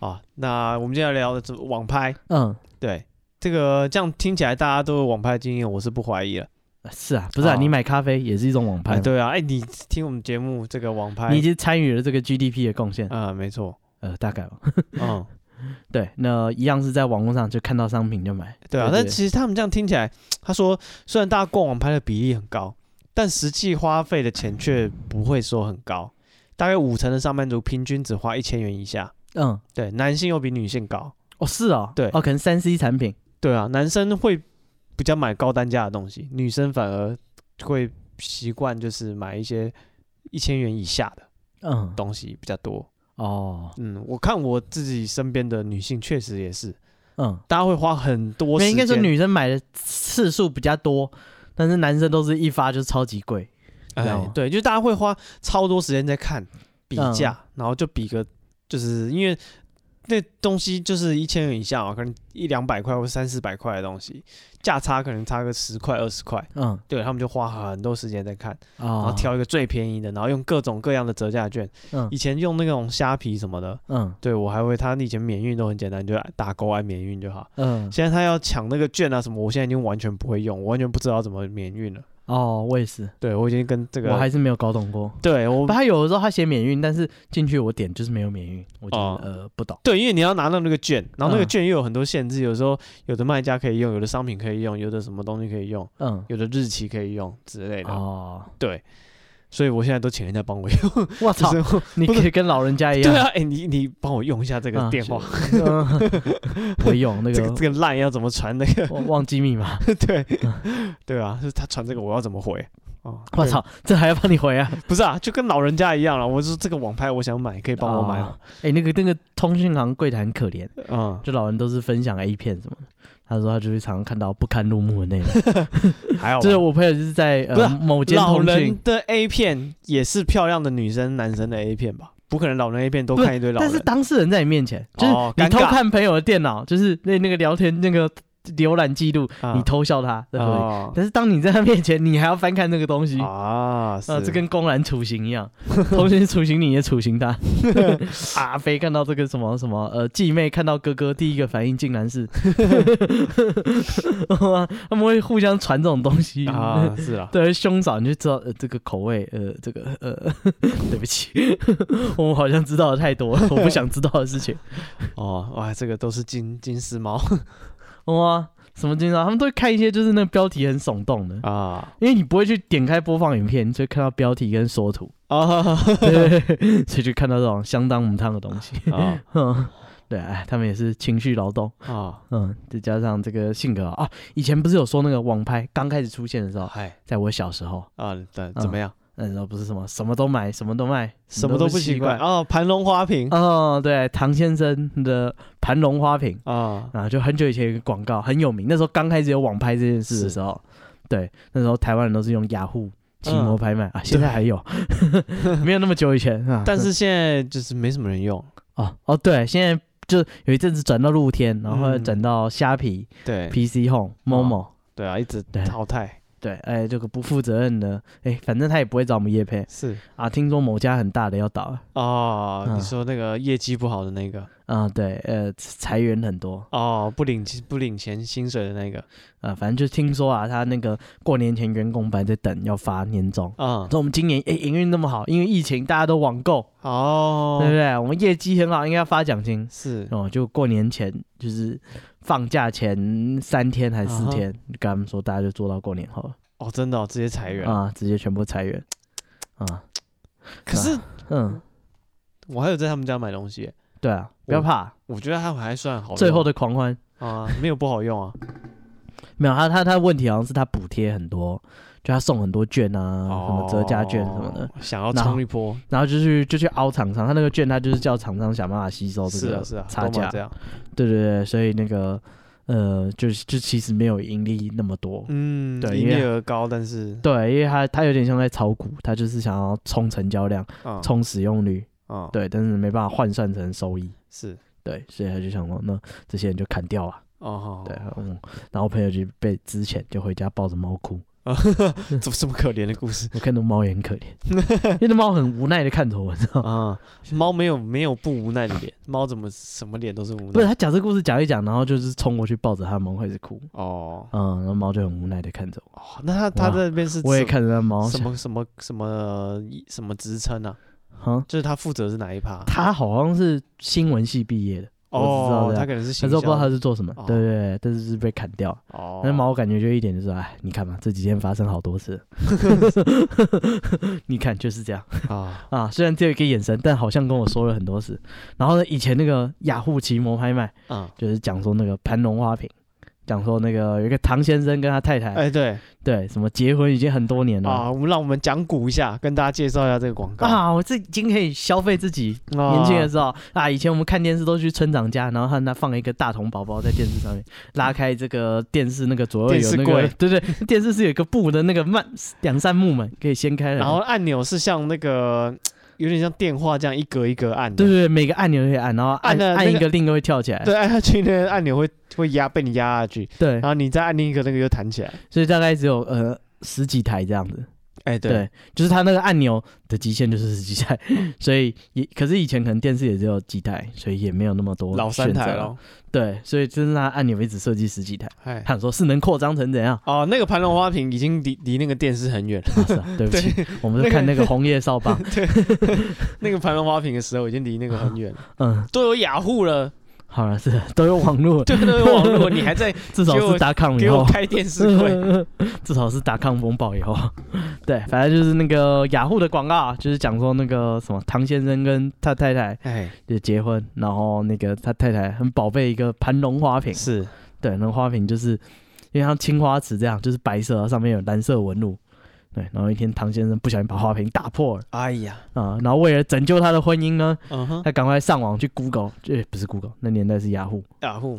Speaker 1: 哦，那我们接下来聊的是网拍，
Speaker 2: 嗯，
Speaker 1: 对。这个这样听起来，大家都有网拍经验，我是不怀疑了。
Speaker 2: 是啊，不是啊，
Speaker 1: 哦
Speaker 2: 你买咖啡也是一种网拍
Speaker 1: 哎，
Speaker 2: 嘛，
Speaker 1: 对啊，哎，你听我们节目这个网拍，
Speaker 2: 你已经参与了这个 GDP 的贡献。
Speaker 1: 啊，没错，
Speaker 2: 呃，大概吧。
Speaker 1: 嗯，
Speaker 2: 对，那一样是在网络上就看到商品就买。
Speaker 1: 对啊。
Speaker 2: 对
Speaker 1: 但其实他们这样听起来，他说虽然大家逛网拍的比例很高，但实际花费的钱却不会说很高，大概五成的上班族平均只花一千元以下。
Speaker 2: 嗯，
Speaker 1: 对，男性又比女性高。
Speaker 2: 哦，是哦，
Speaker 1: 对
Speaker 2: 哦，可能三 C 产品。
Speaker 1: 对啊，男生会比较买高单价的东西，女生反而会习惯就是买一些一千元以下的
Speaker 2: 嗯，
Speaker 1: 东西比较多。
Speaker 2: 哦，
Speaker 1: 嗯，我看我自己身边的女性确实也是，
Speaker 2: 嗯，
Speaker 1: 大家会花很多时间。
Speaker 2: 没应该说女生买的次数比较多，但是男生都是一发就超级贵。知
Speaker 1: 哎
Speaker 2: 道吗，
Speaker 1: 对，就大家会花超多时间在看比价，
Speaker 2: 嗯
Speaker 1: 然后就比个，就是因为那东西就是一千元以下嘛，可能一两百块或三四百块的东西，价差可能差个十块二十块，
Speaker 2: 嗯，
Speaker 1: 对他们就花很多时间在看，然后
Speaker 2: 哦，
Speaker 1: 挑一个最便宜的，然后用各种各样的折价券。
Speaker 2: 嗯
Speaker 1: 以前用那种虾皮什么的，
Speaker 2: 嗯
Speaker 1: 对我还会他以前免运都很简单，就打勾按免运就好。
Speaker 2: 嗯，
Speaker 1: 现在他要抢那个券啊什么，我现在已经完全不会用，我完全不知道怎么免运了。
Speaker 2: 哦，我也是，
Speaker 1: 对我已经跟这个
Speaker 2: 我还是没有搞懂过。
Speaker 1: 对我
Speaker 2: 不，他有的时候他写免运，但是进去我点就是没有免运，我就、
Speaker 1: 哦
Speaker 2: 呃不懂。
Speaker 1: 对，因为你要拿到那个券，然后那个
Speaker 2: 嗯
Speaker 1: 券又有很多限制，有时候有的卖家可以用，有的商品可以用，有的什么东西可以用，
Speaker 2: 嗯，
Speaker 1: 有的日期可以用之类的。
Speaker 2: 哦，
Speaker 1: 对，所以我现在都请人家帮 我用。
Speaker 2: 我 操，
Speaker 1: 就是我
Speaker 2: 你
Speaker 1: 不是
Speaker 2: 可以跟老人家一样。
Speaker 1: 对 啊，哎、你你帮我用一下这个
Speaker 2: 嗯
Speaker 1: 电话，
Speaker 2: 嗯 不会用那
Speaker 1: 这个
Speaker 2: 个，
Speaker 1: 这个烂要怎么传那个？
Speaker 2: 忘忘记密码。
Speaker 1: 对，对啊，就是他传这个我要怎么回？哦，
Speaker 2: 我操，这还要帮你回啊？
Speaker 1: 对，不是啊，就跟老人家一样了。我是这个网拍，我想买，可以帮我买吗
Speaker 2: 哦？哎、那个那个通讯行柜台很可怜，
Speaker 1: 嗯，
Speaker 2: 就老人都是分享 A 片什么的。他说他就会常常看到不堪入目的 内容。
Speaker 1: 还 好吧。
Speaker 2: 就是我朋友就是在
Speaker 1: 不是
Speaker 2: 呃
Speaker 1: 啊
Speaker 2: 某间
Speaker 1: 老
Speaker 2: 通讯
Speaker 1: 人，的 A 片也是漂亮的女生、男生的 A 片吧？不可能老人 A 片都
Speaker 2: 不是
Speaker 1: 看一堆老
Speaker 2: 但是
Speaker 1: 人。
Speaker 2: 当事人在你面前，就是
Speaker 1: 哦
Speaker 2: 你
Speaker 1: 尴
Speaker 2: 偷
Speaker 1: 尬
Speaker 2: 看朋友的电脑，就是那那个聊天那个浏览记录，
Speaker 1: 啊
Speaker 2: 你偷笑他，这合理
Speaker 1: 啊
Speaker 2: 但是当你在他面前，你还要翻看那个东西。
Speaker 1: 啊，
Speaker 2: 啊，
Speaker 1: 是
Speaker 2: 这跟公然处刑一样，同学处刑你也处 刑他。 阿飞看到这个什么什么，呃，继妹看到哥哥，第一个反应竟 然是， 他们会互相传这种东西
Speaker 1: 啊，是啊，
Speaker 2: 对，兄嫂你就知道，呃，这个口味，呃，这个，呃， 对不起， 我们好像知道的太多了，我不想知道的事情。
Speaker 1: 哦，哇，这个都是金金丝 猫
Speaker 2: 哇、什么经常他们都会看一些就是那个标题很耸动的，
Speaker 1: 啊
Speaker 2: 因为你不会去点开播放影片，你就会看到标题跟缩图，
Speaker 1: 啊
Speaker 2: 对， 所以就看到这种相当母汤的东西。
Speaker 1: 啊
Speaker 2: 嗯，对，哎，他们也是情绪劳动，
Speaker 1: 啊！
Speaker 2: 嗯，再加上这个性格啊，啊以前不是有说那个网拍刚开始出现的时候，
Speaker 1: 嗨
Speaker 2: 在我小时候，
Speaker 1: 啊，怎
Speaker 2: 嗯
Speaker 1: 怎么样？
Speaker 2: 那时候不是什么什么都买，什么都卖，
Speaker 1: 什么都不奇怪
Speaker 2: 啊。
Speaker 1: 哦，盘龙花瓶
Speaker 2: 哦，对，唐先生的盘龙花瓶
Speaker 1: 啊
Speaker 2: 啊，就很久以前有一个广告很有名，那时候刚开始有网拍这件事
Speaker 1: 是
Speaker 2: 的
Speaker 1: 嗯
Speaker 2: 时候，对，那时候台湾人都是用雅虎。奇摩拍卖、啊，现在还有， 没有那么久以前啊。
Speaker 1: 但是现在就是没什么人用，
Speaker 2: 哦哦，对，现在就有一阵子转到露天，然后后来
Speaker 1: 嗯
Speaker 2: 转到虾皮、
Speaker 1: 对哦
Speaker 2: PC Home、Momo，、
Speaker 1: 对啊，一直
Speaker 2: 对
Speaker 1: 淘汰
Speaker 2: 对，哎，这个不负责任的，哎，反正他也不会找我们叶配
Speaker 1: 是
Speaker 2: 啊。听说某家很大的要倒了
Speaker 1: 哦，
Speaker 2: 嗯
Speaker 1: 你说那个业绩不好的那个
Speaker 2: 啊，对，呃，裁员很多
Speaker 1: 哦，不领不领钱薪水的那个
Speaker 2: 啊，反正就听说啊，他那个过年前员工本来在等要发年终。
Speaker 1: 啊
Speaker 2: 说我们今年哎营运那么好，因为疫情大家都网购，
Speaker 1: 哦
Speaker 2: 对不，对？我们业绩很好，应该要发奖金。
Speaker 1: 是
Speaker 2: 哦，就过年前就是放假前三天还是
Speaker 1: 啊
Speaker 2: 四
Speaker 1: 哈
Speaker 2: 天，就跟他们说大家就做到过年后了。
Speaker 1: 哦，真的哦直接裁员。
Speaker 2: 啊，直接全部裁员啊，
Speaker 1: 可是
Speaker 2: 嗯，
Speaker 1: 我还有在他们家买东西耶，
Speaker 2: 对啊，不要
Speaker 1: 我
Speaker 2: 怕，
Speaker 1: 我觉得他们还算好用。
Speaker 2: 最后的狂欢
Speaker 1: 啊，没有不好用啊。
Speaker 2: 没有他他他问题好像是他补贴很多，就他送很多券 啊，什么折价券什么的
Speaker 1: 哦，，想要
Speaker 2: 然后
Speaker 1: 冲一波，
Speaker 2: 然后就去就去凹厂商，他那个券他就是叫厂商想办法吸收这
Speaker 1: 是
Speaker 2: 个
Speaker 1: 啊是啊，
Speaker 2: 差
Speaker 1: 都嘛
Speaker 2: 价
Speaker 1: 这，样
Speaker 2: 对对对，所以那个。呃，就是就其实没有盈利那么多，
Speaker 1: 嗯，
Speaker 2: 对
Speaker 1: 营
Speaker 2: 因为
Speaker 1: 业额高，但是
Speaker 2: 对，因为它它有点像在炒股，它就是想要冲成交量、
Speaker 1: 啊
Speaker 2: 冲使用率，
Speaker 1: 啊，
Speaker 2: 对，但是没办法换算成收益，
Speaker 1: 是
Speaker 2: 对，所以他就想说，那这些人就砍掉啊，
Speaker 1: 哦，好
Speaker 2: 对，嗯，然后我朋友就被之前就回家抱着猫哭，
Speaker 1: 啊，怎么这么可怜的故 事
Speaker 2: 我看到猫也很可怜，因为那猫很无奈的看着我，你知道吗？
Speaker 1: 啊？猫没有没有不无奈的脸，猫怎么什么脸都是无
Speaker 2: 不是，
Speaker 1: 奈？
Speaker 2: 他讲这故事讲一讲，然后就是冲过去抱着它猫开始哭，
Speaker 1: 哦
Speaker 2: 嗯，然后猫就很无奈的看着我，
Speaker 1: 哦，那他他
Speaker 2: 哇
Speaker 1: 这边是
Speaker 2: 我也
Speaker 1: 什
Speaker 2: 看着那猫，
Speaker 1: 什
Speaker 2: 想
Speaker 1: 么什么什么呃一什么职称啊？
Speaker 2: 啊，
Speaker 1: 就是他负责的是哪一趴？
Speaker 2: 他好像是新闻系毕业的，我只知道
Speaker 1: 哦，
Speaker 2: 这
Speaker 1: 他
Speaker 2: 样
Speaker 1: 可能是
Speaker 2: 但
Speaker 1: 行
Speaker 2: 是
Speaker 1: 销
Speaker 2: 我不知道他是做什么
Speaker 1: 哦，
Speaker 2: 对对对，但是是被砍掉。
Speaker 1: 哦，
Speaker 2: 那猫感觉就一点就是，哎，你看嘛，这几天发生好 多次， 你看就是这样
Speaker 1: 啊
Speaker 2: 啊。虽然只有一个眼神，但好像跟我说了很多事。然后呢，以前那个雅虎奇摩拍卖，
Speaker 1: 啊，
Speaker 2: 就是讲说那个盘龙花瓶，讲说那个有一个唐先生跟他太太，
Speaker 1: 哎对
Speaker 2: 对，什么结婚已经很多年了
Speaker 1: 啊，
Speaker 2: 啊
Speaker 1: 我们让我们讲古一下，跟大家介绍一下这个广告。
Speaker 2: 我这已经可以消费自己。
Speaker 1: 啊年
Speaker 2: 年轻的时候啊，以前我们看电视都去村长家，然后看他放一个大铜宝宝在电视上面，拉开这个电视那个左右有那
Speaker 1: 电
Speaker 2: 个
Speaker 1: 视，
Speaker 2: 对对，电视是有一个布的那个慢两扇木门可以掀开的，
Speaker 1: 然后按钮是像那个有点像电话这样一格一格按的，
Speaker 2: 对对对，每个按钮都可以按，然后按
Speaker 1: 按了那个
Speaker 2: 按一个另一个会跳起来，
Speaker 1: 对，哎按下去那个按钮会会压被你压下去，
Speaker 2: 对
Speaker 1: 然，后你再按另一个那个又弹起来。
Speaker 2: 所以大概只有呃十几台这样子，
Speaker 1: 哎，
Speaker 2: 对，就是它那个按钮的极限就是十几台，
Speaker 1: 嗯
Speaker 2: 所以也可是以前可能电视也只有几台，所以也没有那么多
Speaker 1: 老三台
Speaker 2: 了，
Speaker 1: 了。
Speaker 2: 对，所以就是它按钮一直设计十几台，
Speaker 1: 哎，
Speaker 2: 他说是能扩张成怎样。
Speaker 1: 哦，那个盘龙花瓶已经离离那个电视很远了。
Speaker 2: 啊 是啊，对不起，我们是看那个红叶少棒，
Speaker 1: 那个盘龙花瓶的时候已经离那个很远了，
Speaker 2: 嗯，
Speaker 1: 都有雅虎了，
Speaker 2: 好了，是都有网 络，
Speaker 1: 对，都有网络，你还 在
Speaker 2: 至少是打抗以
Speaker 1: 给我
Speaker 2: 后，
Speaker 1: 开电视柜？
Speaker 2: 至少是打抗风暴以后，对，反正就是那个雅虎的广告，就是讲说那个什么唐先生跟他太太
Speaker 1: 哎，
Speaker 2: 就结婚，然后那个他太太很宝贝一个盘龙花瓶，
Speaker 1: 是
Speaker 2: 对，那个花瓶就是因为像青花瓷这样，就是白色，上面有蓝色纹路。对，然后一天唐先生不小心把花瓶打破了
Speaker 1: 哎呀，
Speaker 2: 啊、然后为了拯救他的婚姻呢，
Speaker 1: 嗯哼，
Speaker 2: 他赶快上网去 Google，呃，不是 Google，那年代是雅虎，
Speaker 1: 雅虎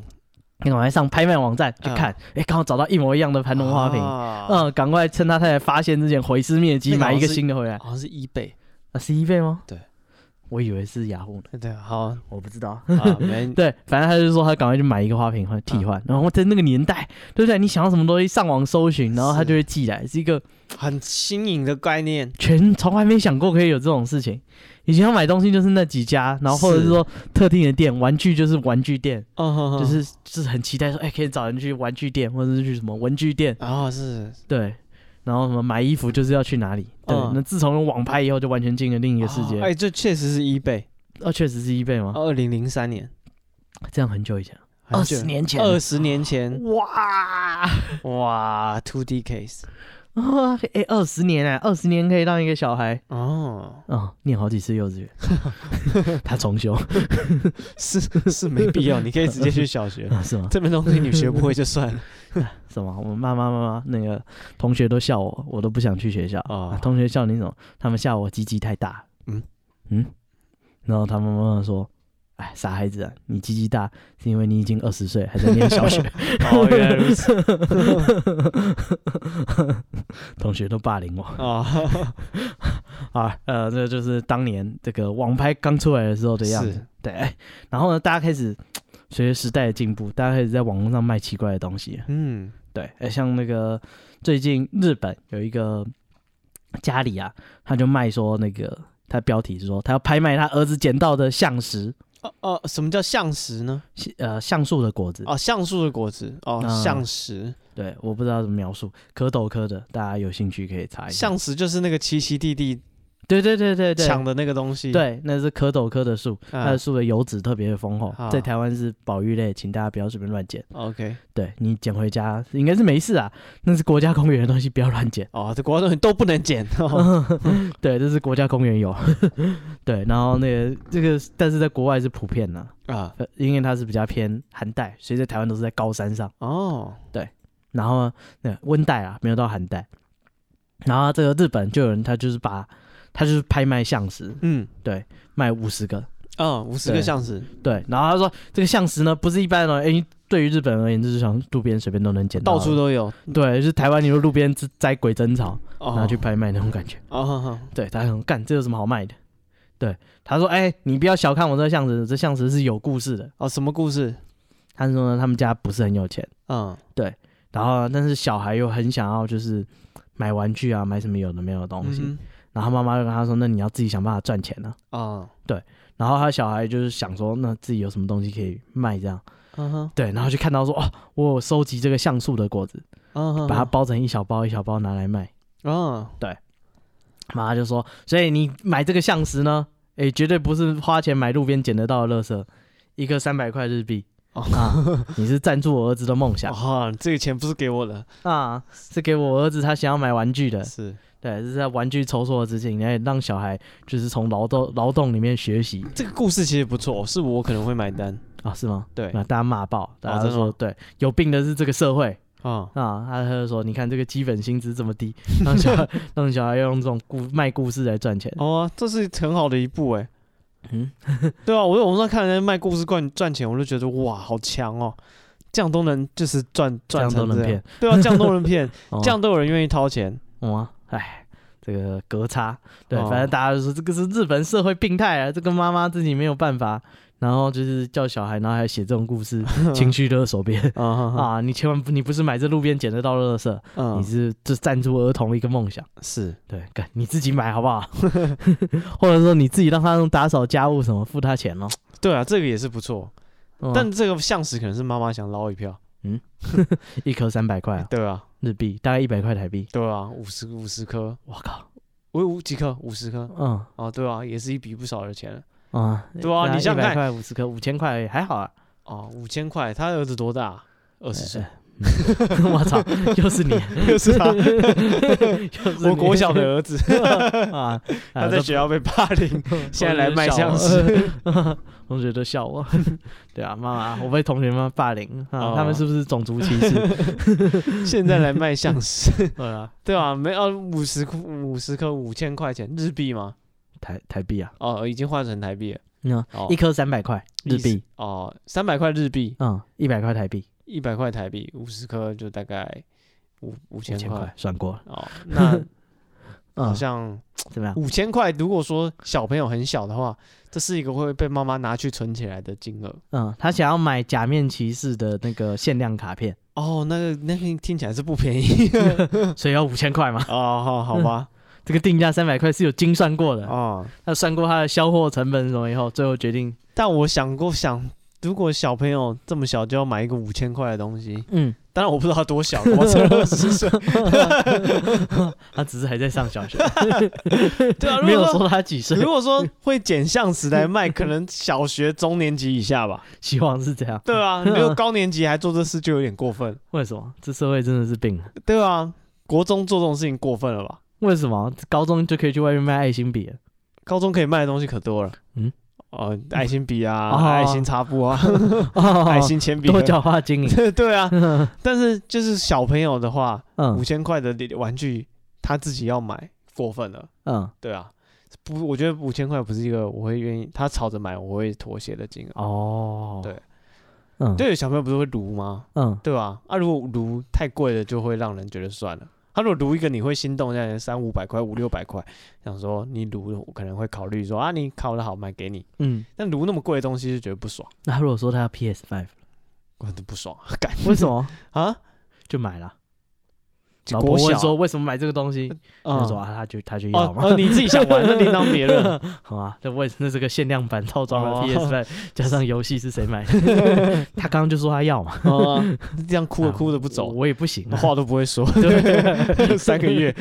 Speaker 2: 赶快上拍卖网站
Speaker 1: 嗯
Speaker 2: 去看，哎、刚好找到一模一样的盘龙花瓶，
Speaker 1: 啊，
Speaker 2: 嗯，赶快趁他太太发现之前毁尸灭迹，
Speaker 1: 那个好
Speaker 2: 买
Speaker 1: 像
Speaker 2: 一个
Speaker 1: 是
Speaker 2: 新的回来。
Speaker 1: 好像是 eBay，
Speaker 2: 啊，是 eBay 吗？
Speaker 1: 对，
Speaker 2: 我以为是雅虎呢，
Speaker 1: 对，好啊，
Speaker 2: 我不知道。
Speaker 1: 没
Speaker 2: 对，反正他就说他赶快去买一个花瓶换替换，然后在那个年代，对不对？你想要什么东西，上网搜寻，然后他
Speaker 1: 是
Speaker 2: 就会寄来，是一个
Speaker 1: 很新颖的概 念，
Speaker 2: 全从来没想过可以有这种事情。以前要买东西就是那几家，然后或者是
Speaker 1: 是
Speaker 2: 说特定的店，玩具就是玩具店，
Speaker 1: 就
Speaker 2: 就是就是很期待说，哎、可以找人去玩具店，或者是去什么文具店，
Speaker 1: 然后哦是
Speaker 2: 对。然后什么买衣服就是要去哪里，对。
Speaker 1: 嗯
Speaker 2: 那自从有网拍以后，就完全进了另一个世界。
Speaker 1: 哦哎，这确实是 eBay，
Speaker 2: 哦，确实是 eBay 吗？
Speaker 1: 二零零三年，
Speaker 2: 这样很久以前，
Speaker 1: 很
Speaker 2: 二
Speaker 1: 久
Speaker 2: 十年前，
Speaker 1: 二十年前，
Speaker 2: 哇，
Speaker 1: 哇，two D case，
Speaker 2: 啊，哎，二十年哎，二十年可以让一个小孩
Speaker 1: 哦，
Speaker 2: 哦念好几次 幼稚园，他重修
Speaker 1: 是是没必要，你可以直接去小 学，
Speaker 2: 啊是吗？
Speaker 1: 这边东西你学不会就算 了，
Speaker 2: 什么？我妈妈妈妈那个同学都笑我，我都不想去学校、
Speaker 1: 哦
Speaker 2: 啊。同学笑你什么？他们笑我鸡鸡太大。
Speaker 1: 嗯
Speaker 2: 嗯，然后他们妈妈说：“哎，傻孩子啊，你鸡鸡大是因为你已经二十岁，还在念小学。
Speaker 1: 哦，原来 如此，”
Speaker 2: 同学都霸凌我
Speaker 1: 哦，
Speaker 2: 啊。呃，这就是当年这个网拍刚出来的时候的样子
Speaker 1: 是。
Speaker 2: 对，然后呢，大家开始随着时代的进步，大家开始在网络上卖奇怪的东西。
Speaker 1: 嗯，
Speaker 2: 对，呃像那个最近日本有一个家里啊，他就卖说那个他标题是说他要拍卖他儿子捡到的橡石，
Speaker 1: 哦哦，什么叫橡石呢？
Speaker 2: 呃，橡树的果子。
Speaker 1: 哦，橡树的果子，哦，
Speaker 2: 嗯
Speaker 1: 橡石，
Speaker 2: 对，我不知道怎么描述，蝌蚪科的，大家有兴趣可以查一下。
Speaker 1: 橡石就是那个奇奇弟弟
Speaker 2: 对对对对对，
Speaker 1: 抢的那个东西，，
Speaker 2: 对，呃那是蝌蚪科的树，它
Speaker 1: 啊
Speaker 2: 的树的油脂特别的丰厚，
Speaker 1: 啊
Speaker 2: 在台湾是保育类，请大家不要随便乱捡。
Speaker 1: ，OK，
Speaker 2: 对你捡回家应该是没事啊，那是国家公园的东西，不要乱捡。
Speaker 1: 哦，这国家东西都不能捡，哦
Speaker 2: 对，这是国家公园有， 对，然后那个这个，但是在国外是普遍的、
Speaker 1: 啊，
Speaker 2: 呃因为它是比较偏寒带，所以在台湾都是在高山上，
Speaker 1: 哦，
Speaker 2: 然后那个温带啊，没有到寒带。然后这个日本就有人他就是把他就是拍卖橡石，
Speaker 1: 嗯，
Speaker 2: 卖五十个，
Speaker 1: 哦，五十个
Speaker 2: 对嗯
Speaker 1: 橡石，
Speaker 2: 对，然后他说这个橡石呢不是一般的，哎，对于日本而言，就是想路边随便都能捡到
Speaker 1: 到
Speaker 2: 的，
Speaker 1: 处都有，
Speaker 2: 嗯对，就是台湾你说路边摘摘鬼针草，
Speaker 1: 哦
Speaker 2: 拿去拍卖那种感觉。
Speaker 1: 哦好好
Speaker 2: 对，他很干，这有什么好卖的？对，他说：“哎、你不要小看我这巷子，这巷子是有故事的。
Speaker 1: 哦，什么故事？”
Speaker 2: 他说呢，他们家不是很有钱，
Speaker 1: 嗯，
Speaker 2: 然后但是小孩又很想要，就是买玩具啊，买什么有的没有的东西。
Speaker 1: 嗯
Speaker 2: 然后他妈妈就跟他说：“那你要自己想办法赚钱啊。
Speaker 1: 哼哦，”
Speaker 2: 然后他小孩就是想说，那自己有什么东西可以卖这样？
Speaker 1: 嗯哼，
Speaker 2: 对，然后就看到说，哦，我有收集这个橡树的果子，
Speaker 1: 嗯哼，
Speaker 2: 把它包成一小包一小包拿来卖。
Speaker 1: 嗯
Speaker 2: 妈妈就说：“所以你买这个橡石呢，诶、绝对不是花钱买路边捡得到的垃圾，一个三百块日币、
Speaker 1: 哦
Speaker 2: 啊，你是赞助我儿子的梦想、
Speaker 1: 哦，这个钱不是给我的，
Speaker 2: 啊，是给我儿子他想要买玩具的，
Speaker 1: 是
Speaker 2: 对，这是在玩具筹措的事情，来让小孩就是从劳动劳动里面学习
Speaker 1: 这个故事其实不错，是我可能会买单，
Speaker 2: 啊，是吗？
Speaker 1: 对，哦
Speaker 2: 那大家骂爆，大家
Speaker 1: 真
Speaker 2: 都
Speaker 1: 的
Speaker 2: 说、
Speaker 1: 吗
Speaker 2: 对，有病的是这个社会
Speaker 1: 啊，
Speaker 2: 啊，他他就说你看这个基本薪资这么低，让小孩 让小孩要用这种故卖故事来赚钱，
Speaker 1: 哦啊，这是很好的一步哎，
Speaker 2: 嗯，
Speaker 1: 对啊，我在网上看人家卖故事赚赚钱，我就觉得哇，好强哦，这样都能就是赚
Speaker 2: 这
Speaker 1: 赚
Speaker 2: 样都
Speaker 1: 成
Speaker 2: 能
Speaker 1: 这
Speaker 2: 骗
Speaker 1: 样，，对啊，这样都能骗，
Speaker 2: 哦
Speaker 1: 这样都有人愿意掏钱，
Speaker 2: 哇、哎，这个隔差，对，
Speaker 1: 哦
Speaker 2: 反正大家就说这个是日本社会病态啊，这个妈妈自己没有办法，然后就是叫小孩，然后还写这种 故事，情绪勒索别人
Speaker 1: 啊
Speaker 2: 啊，你千万不，你不是买这路边捡得到的垃圾，
Speaker 1: 嗯
Speaker 2: 你是这赞助儿童一个梦想，
Speaker 1: 是
Speaker 2: 对，干你自己买好 不好？ 或者说你自己让他用打扫家务什么，付他钱咯。
Speaker 1: 对啊，这个也是不错，
Speaker 2: 嗯
Speaker 1: 但这个像是可能是妈妈想捞一票，
Speaker 2: 一颗三百块啊，
Speaker 1: 对啊，
Speaker 2: 日币大概一百块台币，
Speaker 1: 对啊，五十五十颗，
Speaker 2: 我靠，
Speaker 1: 我五几颗，五十颗，
Speaker 2: 嗯
Speaker 1: 哦，对啊，也是一笔不少的钱了，
Speaker 2: 啊，
Speaker 1: 对啊你想想看
Speaker 2: 块五十颗五千块而已还好啊，
Speaker 1: 哦，五千块，他儿子多大？二十岁，
Speaker 2: 哎 我操，又是你，
Speaker 1: 又是 他，
Speaker 2: 又是 你
Speaker 1: 我国小的 儿子，
Speaker 2: 啊，
Speaker 1: 他在学校被霸凌， 现在来卖
Speaker 2: 相
Speaker 1: 相
Speaker 2: 识，
Speaker 1: 识
Speaker 2: 同学都笑我， 对啊，妈妈，我被同学们霸凌啊，
Speaker 1: 哦
Speaker 2: 他们是不是种族歧 视？
Speaker 1: 现在来卖相识，
Speaker 2: 对啊，
Speaker 1: 对啊，没有五十五十颗五千块钱日币吗？
Speaker 2: 台台币啊，
Speaker 1: 哦，已经换成台币了，
Speaker 2: 那
Speaker 1: 哦
Speaker 2: 一颗三百块日币，
Speaker 1: 哦，三百块日币，
Speaker 2: 嗯，一百块台币，
Speaker 1: 一百块台币，五十颗就大概五五
Speaker 2: 五
Speaker 1: 千
Speaker 2: 千
Speaker 1: 块
Speaker 2: 块，算过了，
Speaker 1: 哦，那好
Speaker 2: 嗯，
Speaker 1: 像
Speaker 2: 怎么样？
Speaker 1: 五千块，如果说小朋友很小的话，这是一个会被妈妈拿去存起来的金额。
Speaker 2: 嗯，他想要买假面骑士的那个限量卡片，
Speaker 1: 哦，那个那个听起来是不便宜嗯
Speaker 2: 所以要五千块嘛，
Speaker 1: 哦，好好吧，
Speaker 2: 这个定价三百块是有精算过的，
Speaker 1: 哦，
Speaker 2: 他算过他的销货成本什么以后，最后决定，
Speaker 1: 但我想过想，如果小朋友这么小就要买一个五千块的东西，
Speaker 2: 嗯，
Speaker 1: 当然我不知道他多小，我才二十岁，
Speaker 2: 他只是还在上小 学，
Speaker 1: 对啊，如
Speaker 2: 没有
Speaker 1: 果说
Speaker 2: 说他几岁
Speaker 1: 如，果说会捡橡石来卖，可能小学中年级以下吧，
Speaker 2: 希望是这样。
Speaker 1: 对 啊，你如果高年级还做这事就有点过分，
Speaker 2: 为什么这社会真的是病了？
Speaker 1: 对啊，国中做这种事情过分了吧？
Speaker 2: 为什么高中就可以去外面卖爱心笔 了？
Speaker 1: 高中可以卖的东西可多了，
Speaker 2: 嗯
Speaker 1: 嗯，哦，爱心笔啊，
Speaker 2: 哦
Speaker 1: 爱心擦布啊，爱心铅笔
Speaker 2: 多
Speaker 1: 盒，
Speaker 2: 角化经 营。
Speaker 1: 对啊，但是就是小朋友的话，五
Speaker 2: 嗯
Speaker 1: 千块的玩具他自己要买，过分了。
Speaker 2: 嗯，
Speaker 1: 对啊，不，我觉得五千块不是一个我会愿意，他吵着买我会妥协的金额。
Speaker 2: 哦，
Speaker 1: 对，
Speaker 2: 嗯
Speaker 1: 对，小朋友不是会撸吗？
Speaker 2: 嗯
Speaker 1: 对吧、啊？如果撸太贵了，就会让人觉得算了。他如果撸一个，你会心动，像三五百块、五六百块，想说你撸，我可能会考虑说啊，你考得好买给你。
Speaker 2: 嗯。
Speaker 1: 但撸那么贵的东西就觉得不爽，
Speaker 2: 那如果说他要 PS Five，
Speaker 1: 我都不爽， 干
Speaker 2: 为什么
Speaker 1: 啊！
Speaker 2: 就买了？老婆
Speaker 1: 国
Speaker 2: 问
Speaker 1: 小
Speaker 2: 说为什么买这个东西？
Speaker 1: 嗯
Speaker 2: 他说啊，他就他就要
Speaker 1: 哦
Speaker 2: 嘛。
Speaker 1: 哦，你自己想玩，那另当别 论。
Speaker 2: 好啊，那为那是个限量版套装的
Speaker 1: 哦
Speaker 2: PS Five，加上游戏是谁买的？ 他刚刚就说他要嘛，
Speaker 1: 哦，这样哭着哭着不走，
Speaker 2: 啊我也不行啊。
Speaker 1: 话都不会 说。 三个月，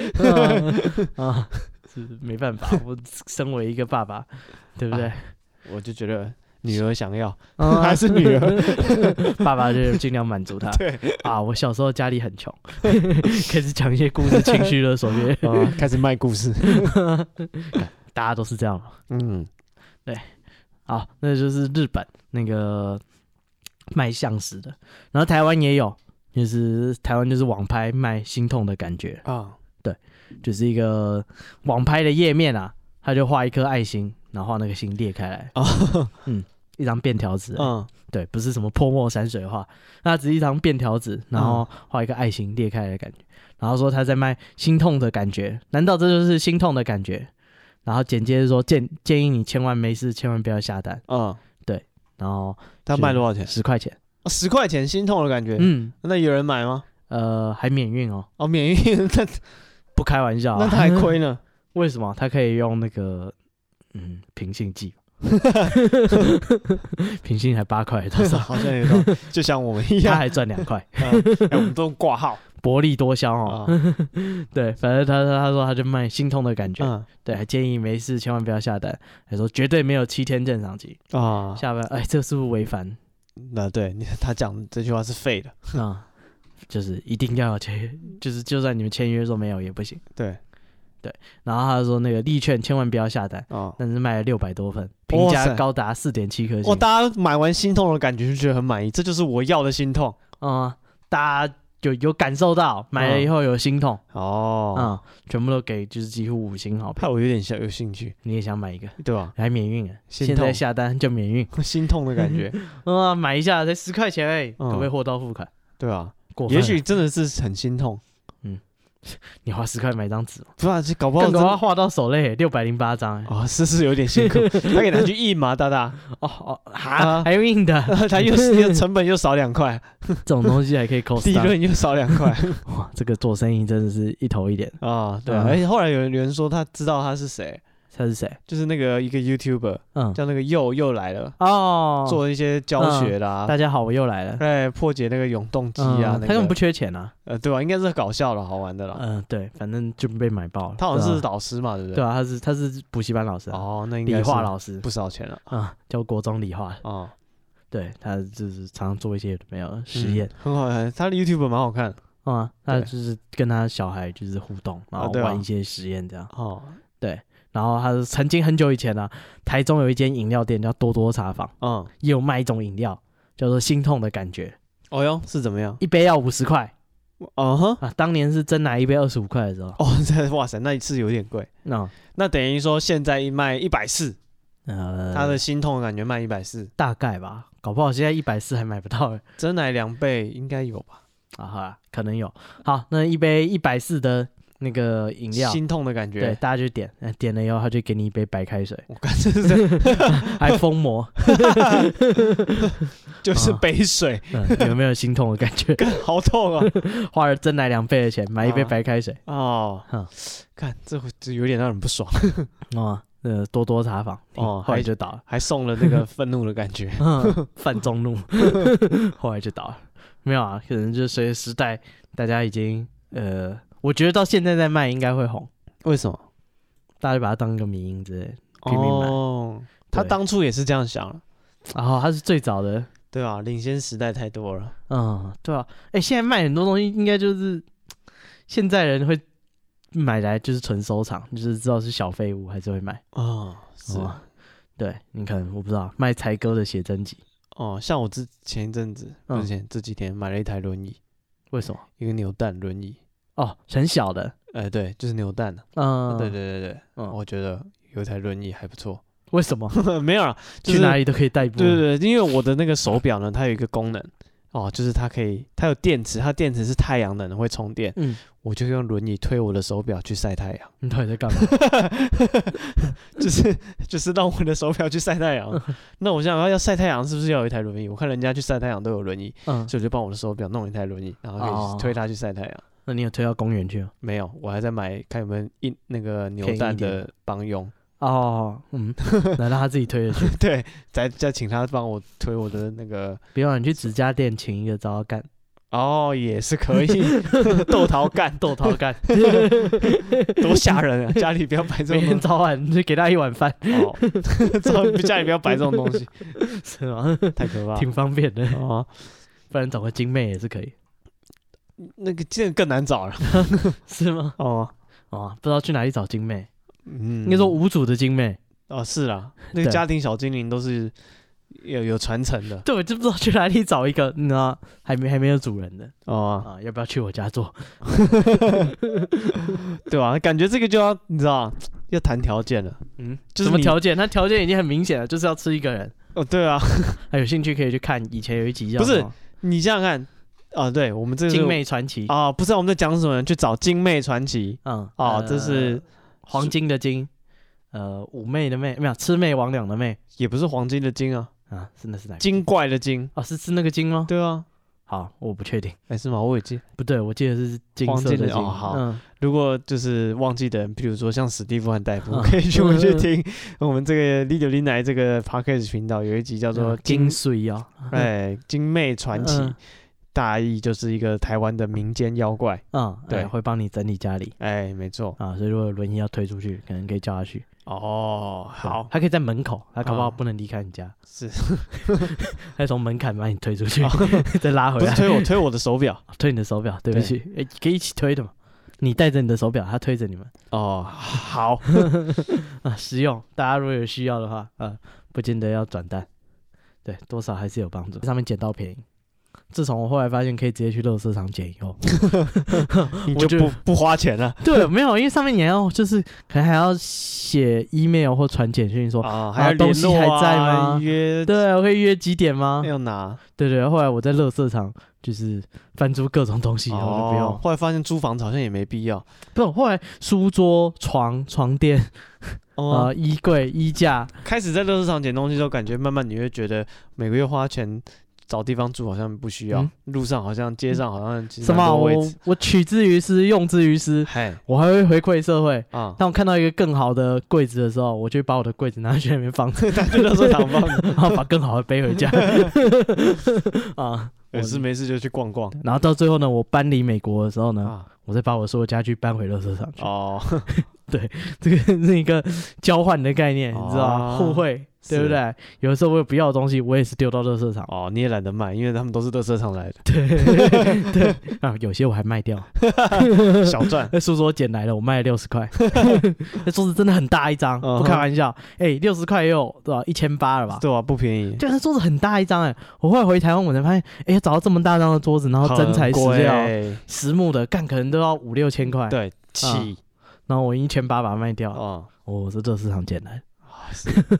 Speaker 2: 啊啊，是没办 法，我身为一个爸爸，对不对？
Speaker 1: 我就觉得女儿想要，
Speaker 2: 嗯
Speaker 1: 还是女 儿，
Speaker 2: 爸爸就尽量 满足他。对啊，我小时候家里很穷， 开始讲一些故事，情绪勒索别人，
Speaker 1: 嗯开始卖故事。
Speaker 2: 大家都是这样嘛。
Speaker 1: 嗯，
Speaker 2: 好，那就是日本那个卖相石的，然后台湾也有，就是台湾就是网拍卖心痛的感觉，
Speaker 1: 啊，
Speaker 2: 就是一个网拍的页面啊，他就画一颗爱心，然后画那个心裂开来，
Speaker 1: 哦，
Speaker 2: 嗯，一张便条纸，
Speaker 1: 嗯，
Speaker 2: 对，不是什么泼墨山水画，那只是一张便条纸，然后
Speaker 1: 嗯
Speaker 2: 画一个爱心裂开来的感觉，然后说他在卖心痛的感觉，难道这就是心痛的感觉？然后紧接着说建建议你千万没事，千万不要下单，
Speaker 1: 嗯，
Speaker 2: 然后
Speaker 1: 他卖多少钱？
Speaker 2: 十块钱，
Speaker 1: 哦十块钱，心痛的感觉。
Speaker 2: 嗯，
Speaker 1: 那有人买吗？
Speaker 2: 呃，还免运哦，
Speaker 1: 哦，免运，那
Speaker 2: 不开玩笑、啊，
Speaker 1: 那他还亏 呢。
Speaker 2: 为什么他可以用那个嗯平信剂？ 平信还八块多 少？
Speaker 1: 好像有道理，就像我们一
Speaker 2: 他
Speaker 1: 样，
Speaker 2: 还赚两块，
Speaker 1: 嗯哎我们都挂号
Speaker 2: 薄利多销
Speaker 1: 啊。
Speaker 2: 哦。对，反正他他说他就卖心痛的感觉，
Speaker 1: 嗯
Speaker 2: 对，还建议没事千万不要下单，还说绝对没有七天鉴赏期。
Speaker 1: 啊，
Speaker 2: 下班哎，这是不是违反
Speaker 1: 那对你他讲这句话是废的，
Speaker 2: 啊？就是一定要签，就是就算你们签约说没有也不行。
Speaker 1: 对
Speaker 2: 然后他说那个力券千万不要下单，
Speaker 1: 啊。
Speaker 2: 但是卖了六百多份，
Speaker 1: 哇
Speaker 2: 评价
Speaker 1: 塞
Speaker 2: 高达四点七颗星。
Speaker 1: 哦，大家买完心痛的感觉就觉得很满意，这就是我要的心痛
Speaker 2: 嗯，大家有有感受到，买了以后有心痛，
Speaker 1: 嗯哦。
Speaker 2: 嗯，全部都给就是几乎五星好评。
Speaker 1: 怕我有点想有兴趣，
Speaker 2: 你也想买一个，
Speaker 1: 对吧？
Speaker 2: 还免运啊？
Speaker 1: 心
Speaker 2: 现在
Speaker 1: 痛
Speaker 2: 下单就免运，
Speaker 1: 心痛的感 觉，
Speaker 2: 啊，买一下才十块钱哎，
Speaker 1: 嗯
Speaker 2: 可不可以货到付款？
Speaker 1: 对啊，
Speaker 2: 过分
Speaker 1: 也
Speaker 2: 了
Speaker 1: 许真的是很心痛，
Speaker 2: 你花十块买一张纸嘛，
Speaker 1: 不然搞不好
Speaker 2: 更搞
Speaker 1: 真
Speaker 2: 要画到手累，六百零八张哎，
Speaker 1: 哦，是是有点辛苦， 他给拿去印嘛，大 大，
Speaker 2: 哦哦，
Speaker 1: 啊
Speaker 2: 哈，还用 印的，
Speaker 1: 他 又是又成本又少两块，
Speaker 2: 这种东西还可 以扣
Speaker 1: 利润又少两 块
Speaker 2: 哇，这个做生意真的是一头一脸。
Speaker 1: 啊，对啊，
Speaker 2: 嗯
Speaker 1: 而且后来有人有人说他知道他是谁，
Speaker 2: 他是谁？
Speaker 1: 就是那个一个 YouTuber
Speaker 2: 嗯，
Speaker 1: 叫那个又又来了，
Speaker 2: 哦，
Speaker 1: 做一些教学啦，
Speaker 2: 大家好，我又来了。
Speaker 1: 哎，破解那个永动机
Speaker 2: 嗯
Speaker 1: 啊，那
Speaker 2: 他根本
Speaker 1: 个
Speaker 2: 不缺钱啊。
Speaker 1: 呃，对吧？应该是搞笑了，好玩的啦。
Speaker 2: 嗯，对，反正就被买爆了。
Speaker 1: 他好
Speaker 2: 对
Speaker 1: 像
Speaker 2: 啊
Speaker 1: 是老师嘛，对不
Speaker 2: 对？啊，他是他是补习班老师、啊，
Speaker 1: 哦，那应该
Speaker 2: 理化
Speaker 1: 是
Speaker 2: 老师
Speaker 1: 不少钱了
Speaker 2: 啊、教国中理化。
Speaker 1: 啊，
Speaker 2: 对他就是常常做一些有的没有的实
Speaker 1: 嗯
Speaker 2: 验
Speaker 1: 很好看，他的 YouTube 蛮好看的
Speaker 2: 啊、他
Speaker 1: 嗯对
Speaker 2: 就是跟他小孩就是互动，然
Speaker 1: 啊
Speaker 2: 后
Speaker 1: 对啊
Speaker 2: 玩一些实验这样。
Speaker 1: 哦
Speaker 2: 然后他曾经很久以前呢、啊台中有一间饮料店叫多多茶坊，
Speaker 1: 嗯，
Speaker 2: 也有卖一种饮料叫做心痛的感觉，
Speaker 1: 哦哟，是怎么样？
Speaker 2: 一杯要五十块
Speaker 1: 哦哼，
Speaker 2: 啊，当年是真奶一杯二十五块的时候，
Speaker 1: 哦，这哇塞，那一次有点贵。
Speaker 2: 那、
Speaker 1: 那等于说现在一卖一百四，
Speaker 2: 呃，
Speaker 1: 他的心痛的感觉卖一百四，
Speaker 2: 大概吧，搞不好现在一百四还买不到 欸
Speaker 1: 真奶两倍应该有吧？
Speaker 2: 啊，好啦，可能有。好，那一杯一百四的那个饮料，
Speaker 1: 心痛的感
Speaker 2: 对，
Speaker 1: 觉，
Speaker 2: 大家就点，呃点了以后他就给你一杯白开水，
Speaker 1: 我感觉是
Speaker 2: 还封膜，
Speaker 1: 就是
Speaker 2: 啊
Speaker 1: 杯水，
Speaker 2: 嗯有没有心痛的感觉？
Speaker 1: 好痛 啊！
Speaker 2: 花了真奶两倍的钱买一杯白开水，
Speaker 1: 哦
Speaker 2: 哼，
Speaker 1: 看这会这有点让人不爽，
Speaker 2: 哦，呃，多多茶坊，
Speaker 1: 哦
Speaker 2: 哦，后来就倒了，。
Speaker 1: 还送了那个愤怒的感觉
Speaker 2: 嗯犯众 怒，后来就倒了。没有啊，可能就随着时代，大家已经呃，我觉得到现在在卖应该会红，
Speaker 1: 为什么？
Speaker 2: 大家就把它当一个迷因之类的。拼命买
Speaker 1: 哦，他
Speaker 2: 对
Speaker 1: 当初也是这样想了，
Speaker 2: 然后哦它是最早的，
Speaker 1: 对吧？领先时代太多了，
Speaker 2: 嗯，对啊，哎，现在卖很多东西，应该就是现在人会买来就是纯收藏，就是知道是小废物还是会买。
Speaker 1: 哦，是
Speaker 2: 哦对，你可能我不知道卖才哥的写真集，
Speaker 1: 哦，像我之前一阵子，
Speaker 2: 嗯
Speaker 1: 之前这几天买了一台轮椅，
Speaker 2: 为什么？
Speaker 1: 一个扭蛋轮椅，
Speaker 2: 哦，很小的，
Speaker 1: 哎，对，就是扭蛋的，
Speaker 2: 嗯，
Speaker 1: 啊对，对对对，
Speaker 2: 嗯
Speaker 1: 我觉得有一台轮椅还不错，
Speaker 2: 为什么
Speaker 1: 没有啦，啊就
Speaker 2: 去
Speaker 1: 是
Speaker 2: 哪里都可以代步？
Speaker 1: 对对对，因为我的那个手表呢，它有一个功能哦，就是它可以，它有电池，它电池是太阳能会充电，
Speaker 2: 嗯，
Speaker 1: 我就用轮椅推我的手表去晒太阳，
Speaker 2: 你到底在干嘛？
Speaker 1: 就是就是让我的手表去晒太
Speaker 2: 嗯
Speaker 1: 阳。那我想要要晒太阳，是不是要有一台轮椅？我看人家去晒太阳都有轮椅，
Speaker 2: 嗯，
Speaker 1: 所以我就帮我的手表弄一台轮椅，然后可
Speaker 2: 哦
Speaker 1: 以推它去晒太阳。
Speaker 2: 那你有推到公园去吗？
Speaker 1: 没有，我还在买看有没有一那个
Speaker 2: 便
Speaker 1: 扭
Speaker 2: 宜
Speaker 1: 蛋
Speaker 2: 一点
Speaker 1: 的帮佣，
Speaker 2: 哦，嗯，难道他自己推的去？
Speaker 1: 对，再再请他帮我推我的那个。
Speaker 2: 不要，你去指甲店请一个招干
Speaker 1: 哦，也是可以， 豆桃干
Speaker 2: 豆桃干，
Speaker 1: 多吓人 啊！家里不要摆这
Speaker 2: 每天
Speaker 1: 种
Speaker 2: 早晚你就给他一碗 饭，
Speaker 1: 哦，这种家里不要摆这种 东西，
Speaker 2: 是吗？
Speaker 1: 太可怕
Speaker 2: 挺
Speaker 1: 了。
Speaker 2: 方便的，
Speaker 1: 哦，
Speaker 2: 不然找个精妹也是可以，
Speaker 1: 那个这个更难找了。
Speaker 2: 是吗？
Speaker 1: 哦，
Speaker 2: 哦，不知道去哪里找精妹，
Speaker 1: 嗯
Speaker 2: 应该说无主的精妹，
Speaker 1: 哦是啦，那个
Speaker 2: 对
Speaker 1: 家庭小精灵都是有有传承的
Speaker 2: 对，我就不知道去哪里找一个，你知道，还没还没有主人的
Speaker 1: 哦，
Speaker 2: 啊，要不要去我家做？
Speaker 1: 对吧、感觉这个就要你知道要谈条件了，
Speaker 2: 嗯，
Speaker 1: 就是
Speaker 2: 什么
Speaker 1: 你
Speaker 2: 条件？他条件已经很明显了，就是要吃一个人，
Speaker 1: 哦，对啊，
Speaker 2: 啊有兴趣可以去看以前有一集叫
Speaker 1: 不是
Speaker 2: 什么
Speaker 1: 你想想看，啊，对我们这
Speaker 2: 《
Speaker 1: 是
Speaker 2: 精妹传奇》
Speaker 1: 啊，不知道我们在讲什么，去找精妹传奇
Speaker 2: 嗯，
Speaker 1: 啊，
Speaker 2: 呃
Speaker 1: 这是
Speaker 2: 黄金的金，呃，妩媚的媚，没有魑魅魍魉的魅
Speaker 1: 也不是黄金的金啊，
Speaker 2: 啊，真的是哪个？
Speaker 1: 精怪的精，
Speaker 2: 哦，是是那个金吗？
Speaker 1: 对啊，
Speaker 2: 好，我不确定，
Speaker 1: 哎是吗？我也记，
Speaker 2: 不对，我记得是金色
Speaker 1: 黄金的
Speaker 2: 金。
Speaker 1: 哦好
Speaker 2: 嗯，
Speaker 1: 如果就是忘记的人，比如说像史蒂夫和戴夫，
Speaker 2: 啊
Speaker 1: 可以去回去听我们这个 l i d o l i n a 这个 podcast 频道有一集叫做《
Speaker 2: 嗯 金
Speaker 1: 金
Speaker 2: 水哦，
Speaker 1: 哎金妹传奇》
Speaker 2: 嗯
Speaker 1: 大意就是一个台湾的民间妖怪。
Speaker 2: 嗯，
Speaker 1: 对
Speaker 2: 哎会帮你整理家里
Speaker 1: 哎，没错。
Speaker 2: 啊，所以如果轮椅要推出去，可能可以叫他去。
Speaker 1: 哦，
Speaker 2: 对
Speaker 1: 好，
Speaker 2: 他可以在门口，他搞不好
Speaker 1: 啊
Speaker 2: 不能离开你家，
Speaker 1: 是
Speaker 2: 他从门槛把你推出去， 再拉回
Speaker 1: 哦不
Speaker 2: 来哦
Speaker 1: 是，推我推 我的手表？
Speaker 2: 推你的手表。对不起，哎可以一起推的嘛。你带着你的手表，他推着你们
Speaker 1: 哦， 好，
Speaker 2: 啊，实用。大家如果有需要的话，啊，不见得要转蛋，对，多少还是有帮助。上面捡到便宜。自从我后来发现可以直接去乐色场捡以后，
Speaker 1: 你
Speaker 2: 我
Speaker 1: 就
Speaker 2: 就
Speaker 1: 不不花钱 了
Speaker 2: 对，没有，因为上面你还要就是可能还要写 email 或传简讯说，
Speaker 1: 啊？
Speaker 2: 啊
Speaker 1: 还有
Speaker 2: 东西还在吗
Speaker 1: 约
Speaker 2: 对，啊我可以约几点吗？
Speaker 1: 要拿，
Speaker 2: 对对，后来我在乐色场就是翻出各种东西以后就不用，
Speaker 1: 哦后来发现租房子好像也没必要
Speaker 2: 不，后来书桌、床、床垫、啊、
Speaker 1: 哦。
Speaker 2: 衣柜、衣架，
Speaker 1: 开始在乐市场捡东西之后，感觉慢慢你会觉得每个月花钱找地方住好像不需要
Speaker 2: 嗯，
Speaker 1: 路上好像街上好像其实
Speaker 2: 什
Speaker 1: 蛮
Speaker 2: 么
Speaker 1: 多
Speaker 2: 我
Speaker 1: 位置，
Speaker 2: 我取之于私，用之于私，
Speaker 1: 嘿
Speaker 2: 我还会回馈社会。
Speaker 1: 啊，
Speaker 2: 当我看到一个更好的柜子的时候，我就把我的柜子拿去那边 放，
Speaker 1: 但去乐市场 放，
Speaker 2: 然后把更好的背回 家。啊，
Speaker 1: 有事没事就去逛逛
Speaker 2: 然后到最后呢，我搬离美国的时候呢，
Speaker 1: 啊。
Speaker 2: 我再把我所有家具搬回乐色场去。
Speaker 1: 哦，
Speaker 2: 这个 是一个交换的概念，你知道
Speaker 1: 哦
Speaker 2: 吗？互惠，对不
Speaker 1: 是
Speaker 2: 对？有的时候我有不要的东西，我也是丢到乐 色场。
Speaker 1: 哦，你也懒得卖，因为他们都是乐色场来的，
Speaker 2: 对对 啊，有些我还 卖掉。
Speaker 1: 小赚。
Speaker 2: 那书桌捡来了，我卖了六 十块。哎那桌子真的很大一张，
Speaker 1: 嗯哼
Speaker 2: 不开玩笑。哎，六十块也有多少一千八了吧？
Speaker 1: 对啊，不便宜，
Speaker 2: 对，那桌子很大一张哎、我后来回台湾我才发现，哎、找到这么大张的桌子，然后真材实料、
Speaker 1: 很贵
Speaker 2: 实木的，干可能都要五六哦千块。，
Speaker 1: 对，起
Speaker 2: 然后我一千八把它卖掉，哦，
Speaker 1: 啊，
Speaker 2: 我是乐市场捡来的，
Speaker 1: 啊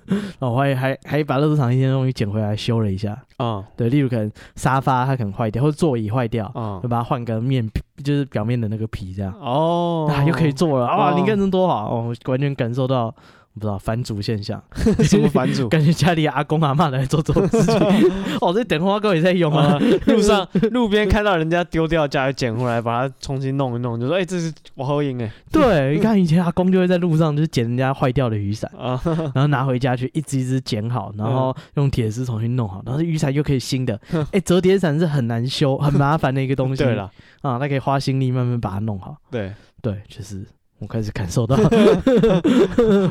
Speaker 2: 然后我还还还把乐市场一些东西捡回来修了一下。
Speaker 1: 啊
Speaker 2: 对，例如可能沙发它可能坏掉，或者座椅坏掉，
Speaker 1: 啊
Speaker 2: 就把它换个面皮，就是表面的那个皮这样。
Speaker 1: 哦，
Speaker 2: 啊，又 可以做了啊！
Speaker 1: 哦
Speaker 2: 你看真多好，哦，我完全感受到不知道返祖现 象，
Speaker 1: 什么版主？
Speaker 2: 感觉家里阿公阿妈来做这种事情， 哦，这等花糕也在用啊
Speaker 1: 啊，路上路边看到人家丢掉，家里捡回来，把它重新弄一弄，就说：“哎、这是我后影哎。
Speaker 2: 对，你看以前阿公就会在路上就是捡人家坏掉的雨伞”，
Speaker 1: 啊，
Speaker 2: 然后拿回家去一只一只剪好，然后用铁丝重新弄好，然后雨伞又可以新的。哎，折叠伞是很难修、很麻烦的一个东西。
Speaker 1: 对了，
Speaker 2: 啊，那可以花心力慢慢把它弄好。
Speaker 1: 对
Speaker 2: 对，就是我开始感受到，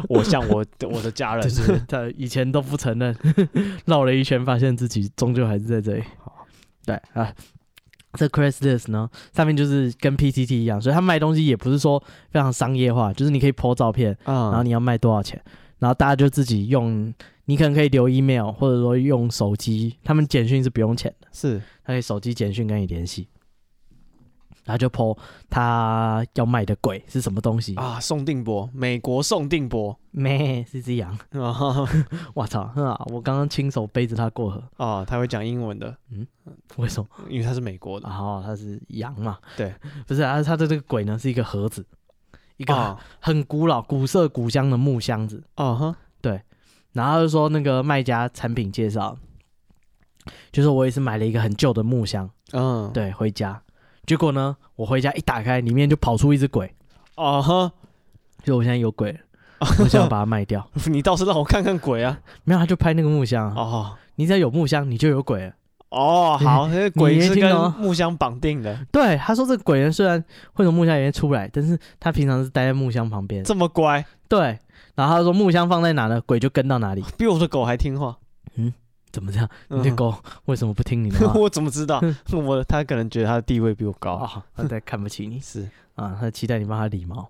Speaker 1: 我像我我的家
Speaker 2: 就
Speaker 1: 人，
Speaker 2: 是他以前都不承认，绕了一圈，发现自己终究还是在这里。对啊。这 Craigslist 呢，上面就是跟 PTT 一样，所以他卖东西也不是说非常商业化，就是你可以 po 照片，然后
Speaker 1: 啊
Speaker 2: 你要卖多少钱，然后大家就自己用，你可能可以留 email 或者说用手机，他们简讯是不用钱的，
Speaker 1: 是
Speaker 2: 他可以手机简讯跟你联系，然后就 po 他要卖的鬼是什么东西，
Speaker 1: 啊，宋定伯，美国宋定伯
Speaker 2: 咩是只羊，
Speaker 1: 啊
Speaker 2: 我操，哼啊我刚刚亲手背着它过河，
Speaker 1: 啊，他会讲英文的，
Speaker 2: 为什么？
Speaker 1: 因为他是美国的啊
Speaker 2: 然后它是羊嘛，
Speaker 1: 对，
Speaker 2: 不是啊，它的这个鬼呢是一个盒子，一个
Speaker 1: 啊
Speaker 2: 很古老、古色古香的木箱子，
Speaker 1: 啊哈
Speaker 2: 然后他就说那个卖家产品介绍，就说我也是买了一个很旧的木箱，
Speaker 1: 嗯
Speaker 2: 对，回家，结果呢，我回家一打开，里面就跑出一只鬼，
Speaker 1: 啊哈，
Speaker 2: 就我现在有 鬼了，我想要把它卖掉。
Speaker 1: 你倒是让我看看鬼 啊！
Speaker 2: 没有，他就拍那个木箱啊，
Speaker 1: 哦
Speaker 2: 你只要有木箱，你就有鬼了。
Speaker 1: 哦，好，那
Speaker 2: 你
Speaker 1: 鬼
Speaker 2: 也
Speaker 1: 是
Speaker 2: 听啊
Speaker 1: 跟
Speaker 2: 懂
Speaker 1: 木箱绑定的，
Speaker 2: 对，他说这个鬼人虽然会从木箱里面出来，但是他平常是待在木箱旁边。
Speaker 1: 这么乖，
Speaker 2: 对，然后他说木箱放在哪呢，鬼就跟到哪里。
Speaker 1: 比我的狗还听话。
Speaker 2: 怎么这样？
Speaker 1: 嗯
Speaker 2: 你的狗为什么不听 你的话？
Speaker 1: 我怎么知道？我他可能觉得他的地位比我高啊。
Speaker 2: 哦，他在看不起你
Speaker 1: 是
Speaker 2: 啊！他期待你帮他理毛。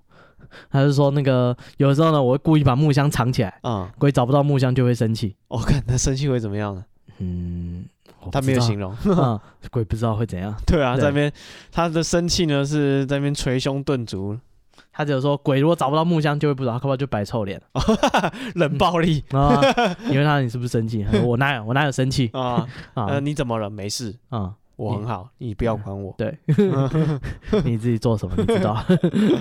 Speaker 2: 他就说那个有的时候呢，我会故意把木箱藏起来，
Speaker 1: 啊，
Speaker 2: 鬼找不到木箱就会生气。
Speaker 1: 我看他生气会怎么样呢？
Speaker 2: 嗯，我
Speaker 1: 他
Speaker 2: 不
Speaker 1: 没有
Speaker 2: 知道
Speaker 1: 形容。
Speaker 2: 啊，鬼不知道会怎样。
Speaker 1: 对啊，
Speaker 2: 对
Speaker 1: 在那边他的生气呢是在那边捶胸顿足。
Speaker 2: 他只有说鬼如果找不到木箱就会不知道，他恐怕就摆臭脸
Speaker 1: 冷暴力
Speaker 2: 啊。你问他你是不是生气？他说我哪有我哪有生气
Speaker 1: 啊，呃，
Speaker 2: 啊
Speaker 1: 你怎么了？没事，
Speaker 2: 啊！
Speaker 1: 我很好，你不要管我。
Speaker 2: 对，你自己做什么你知道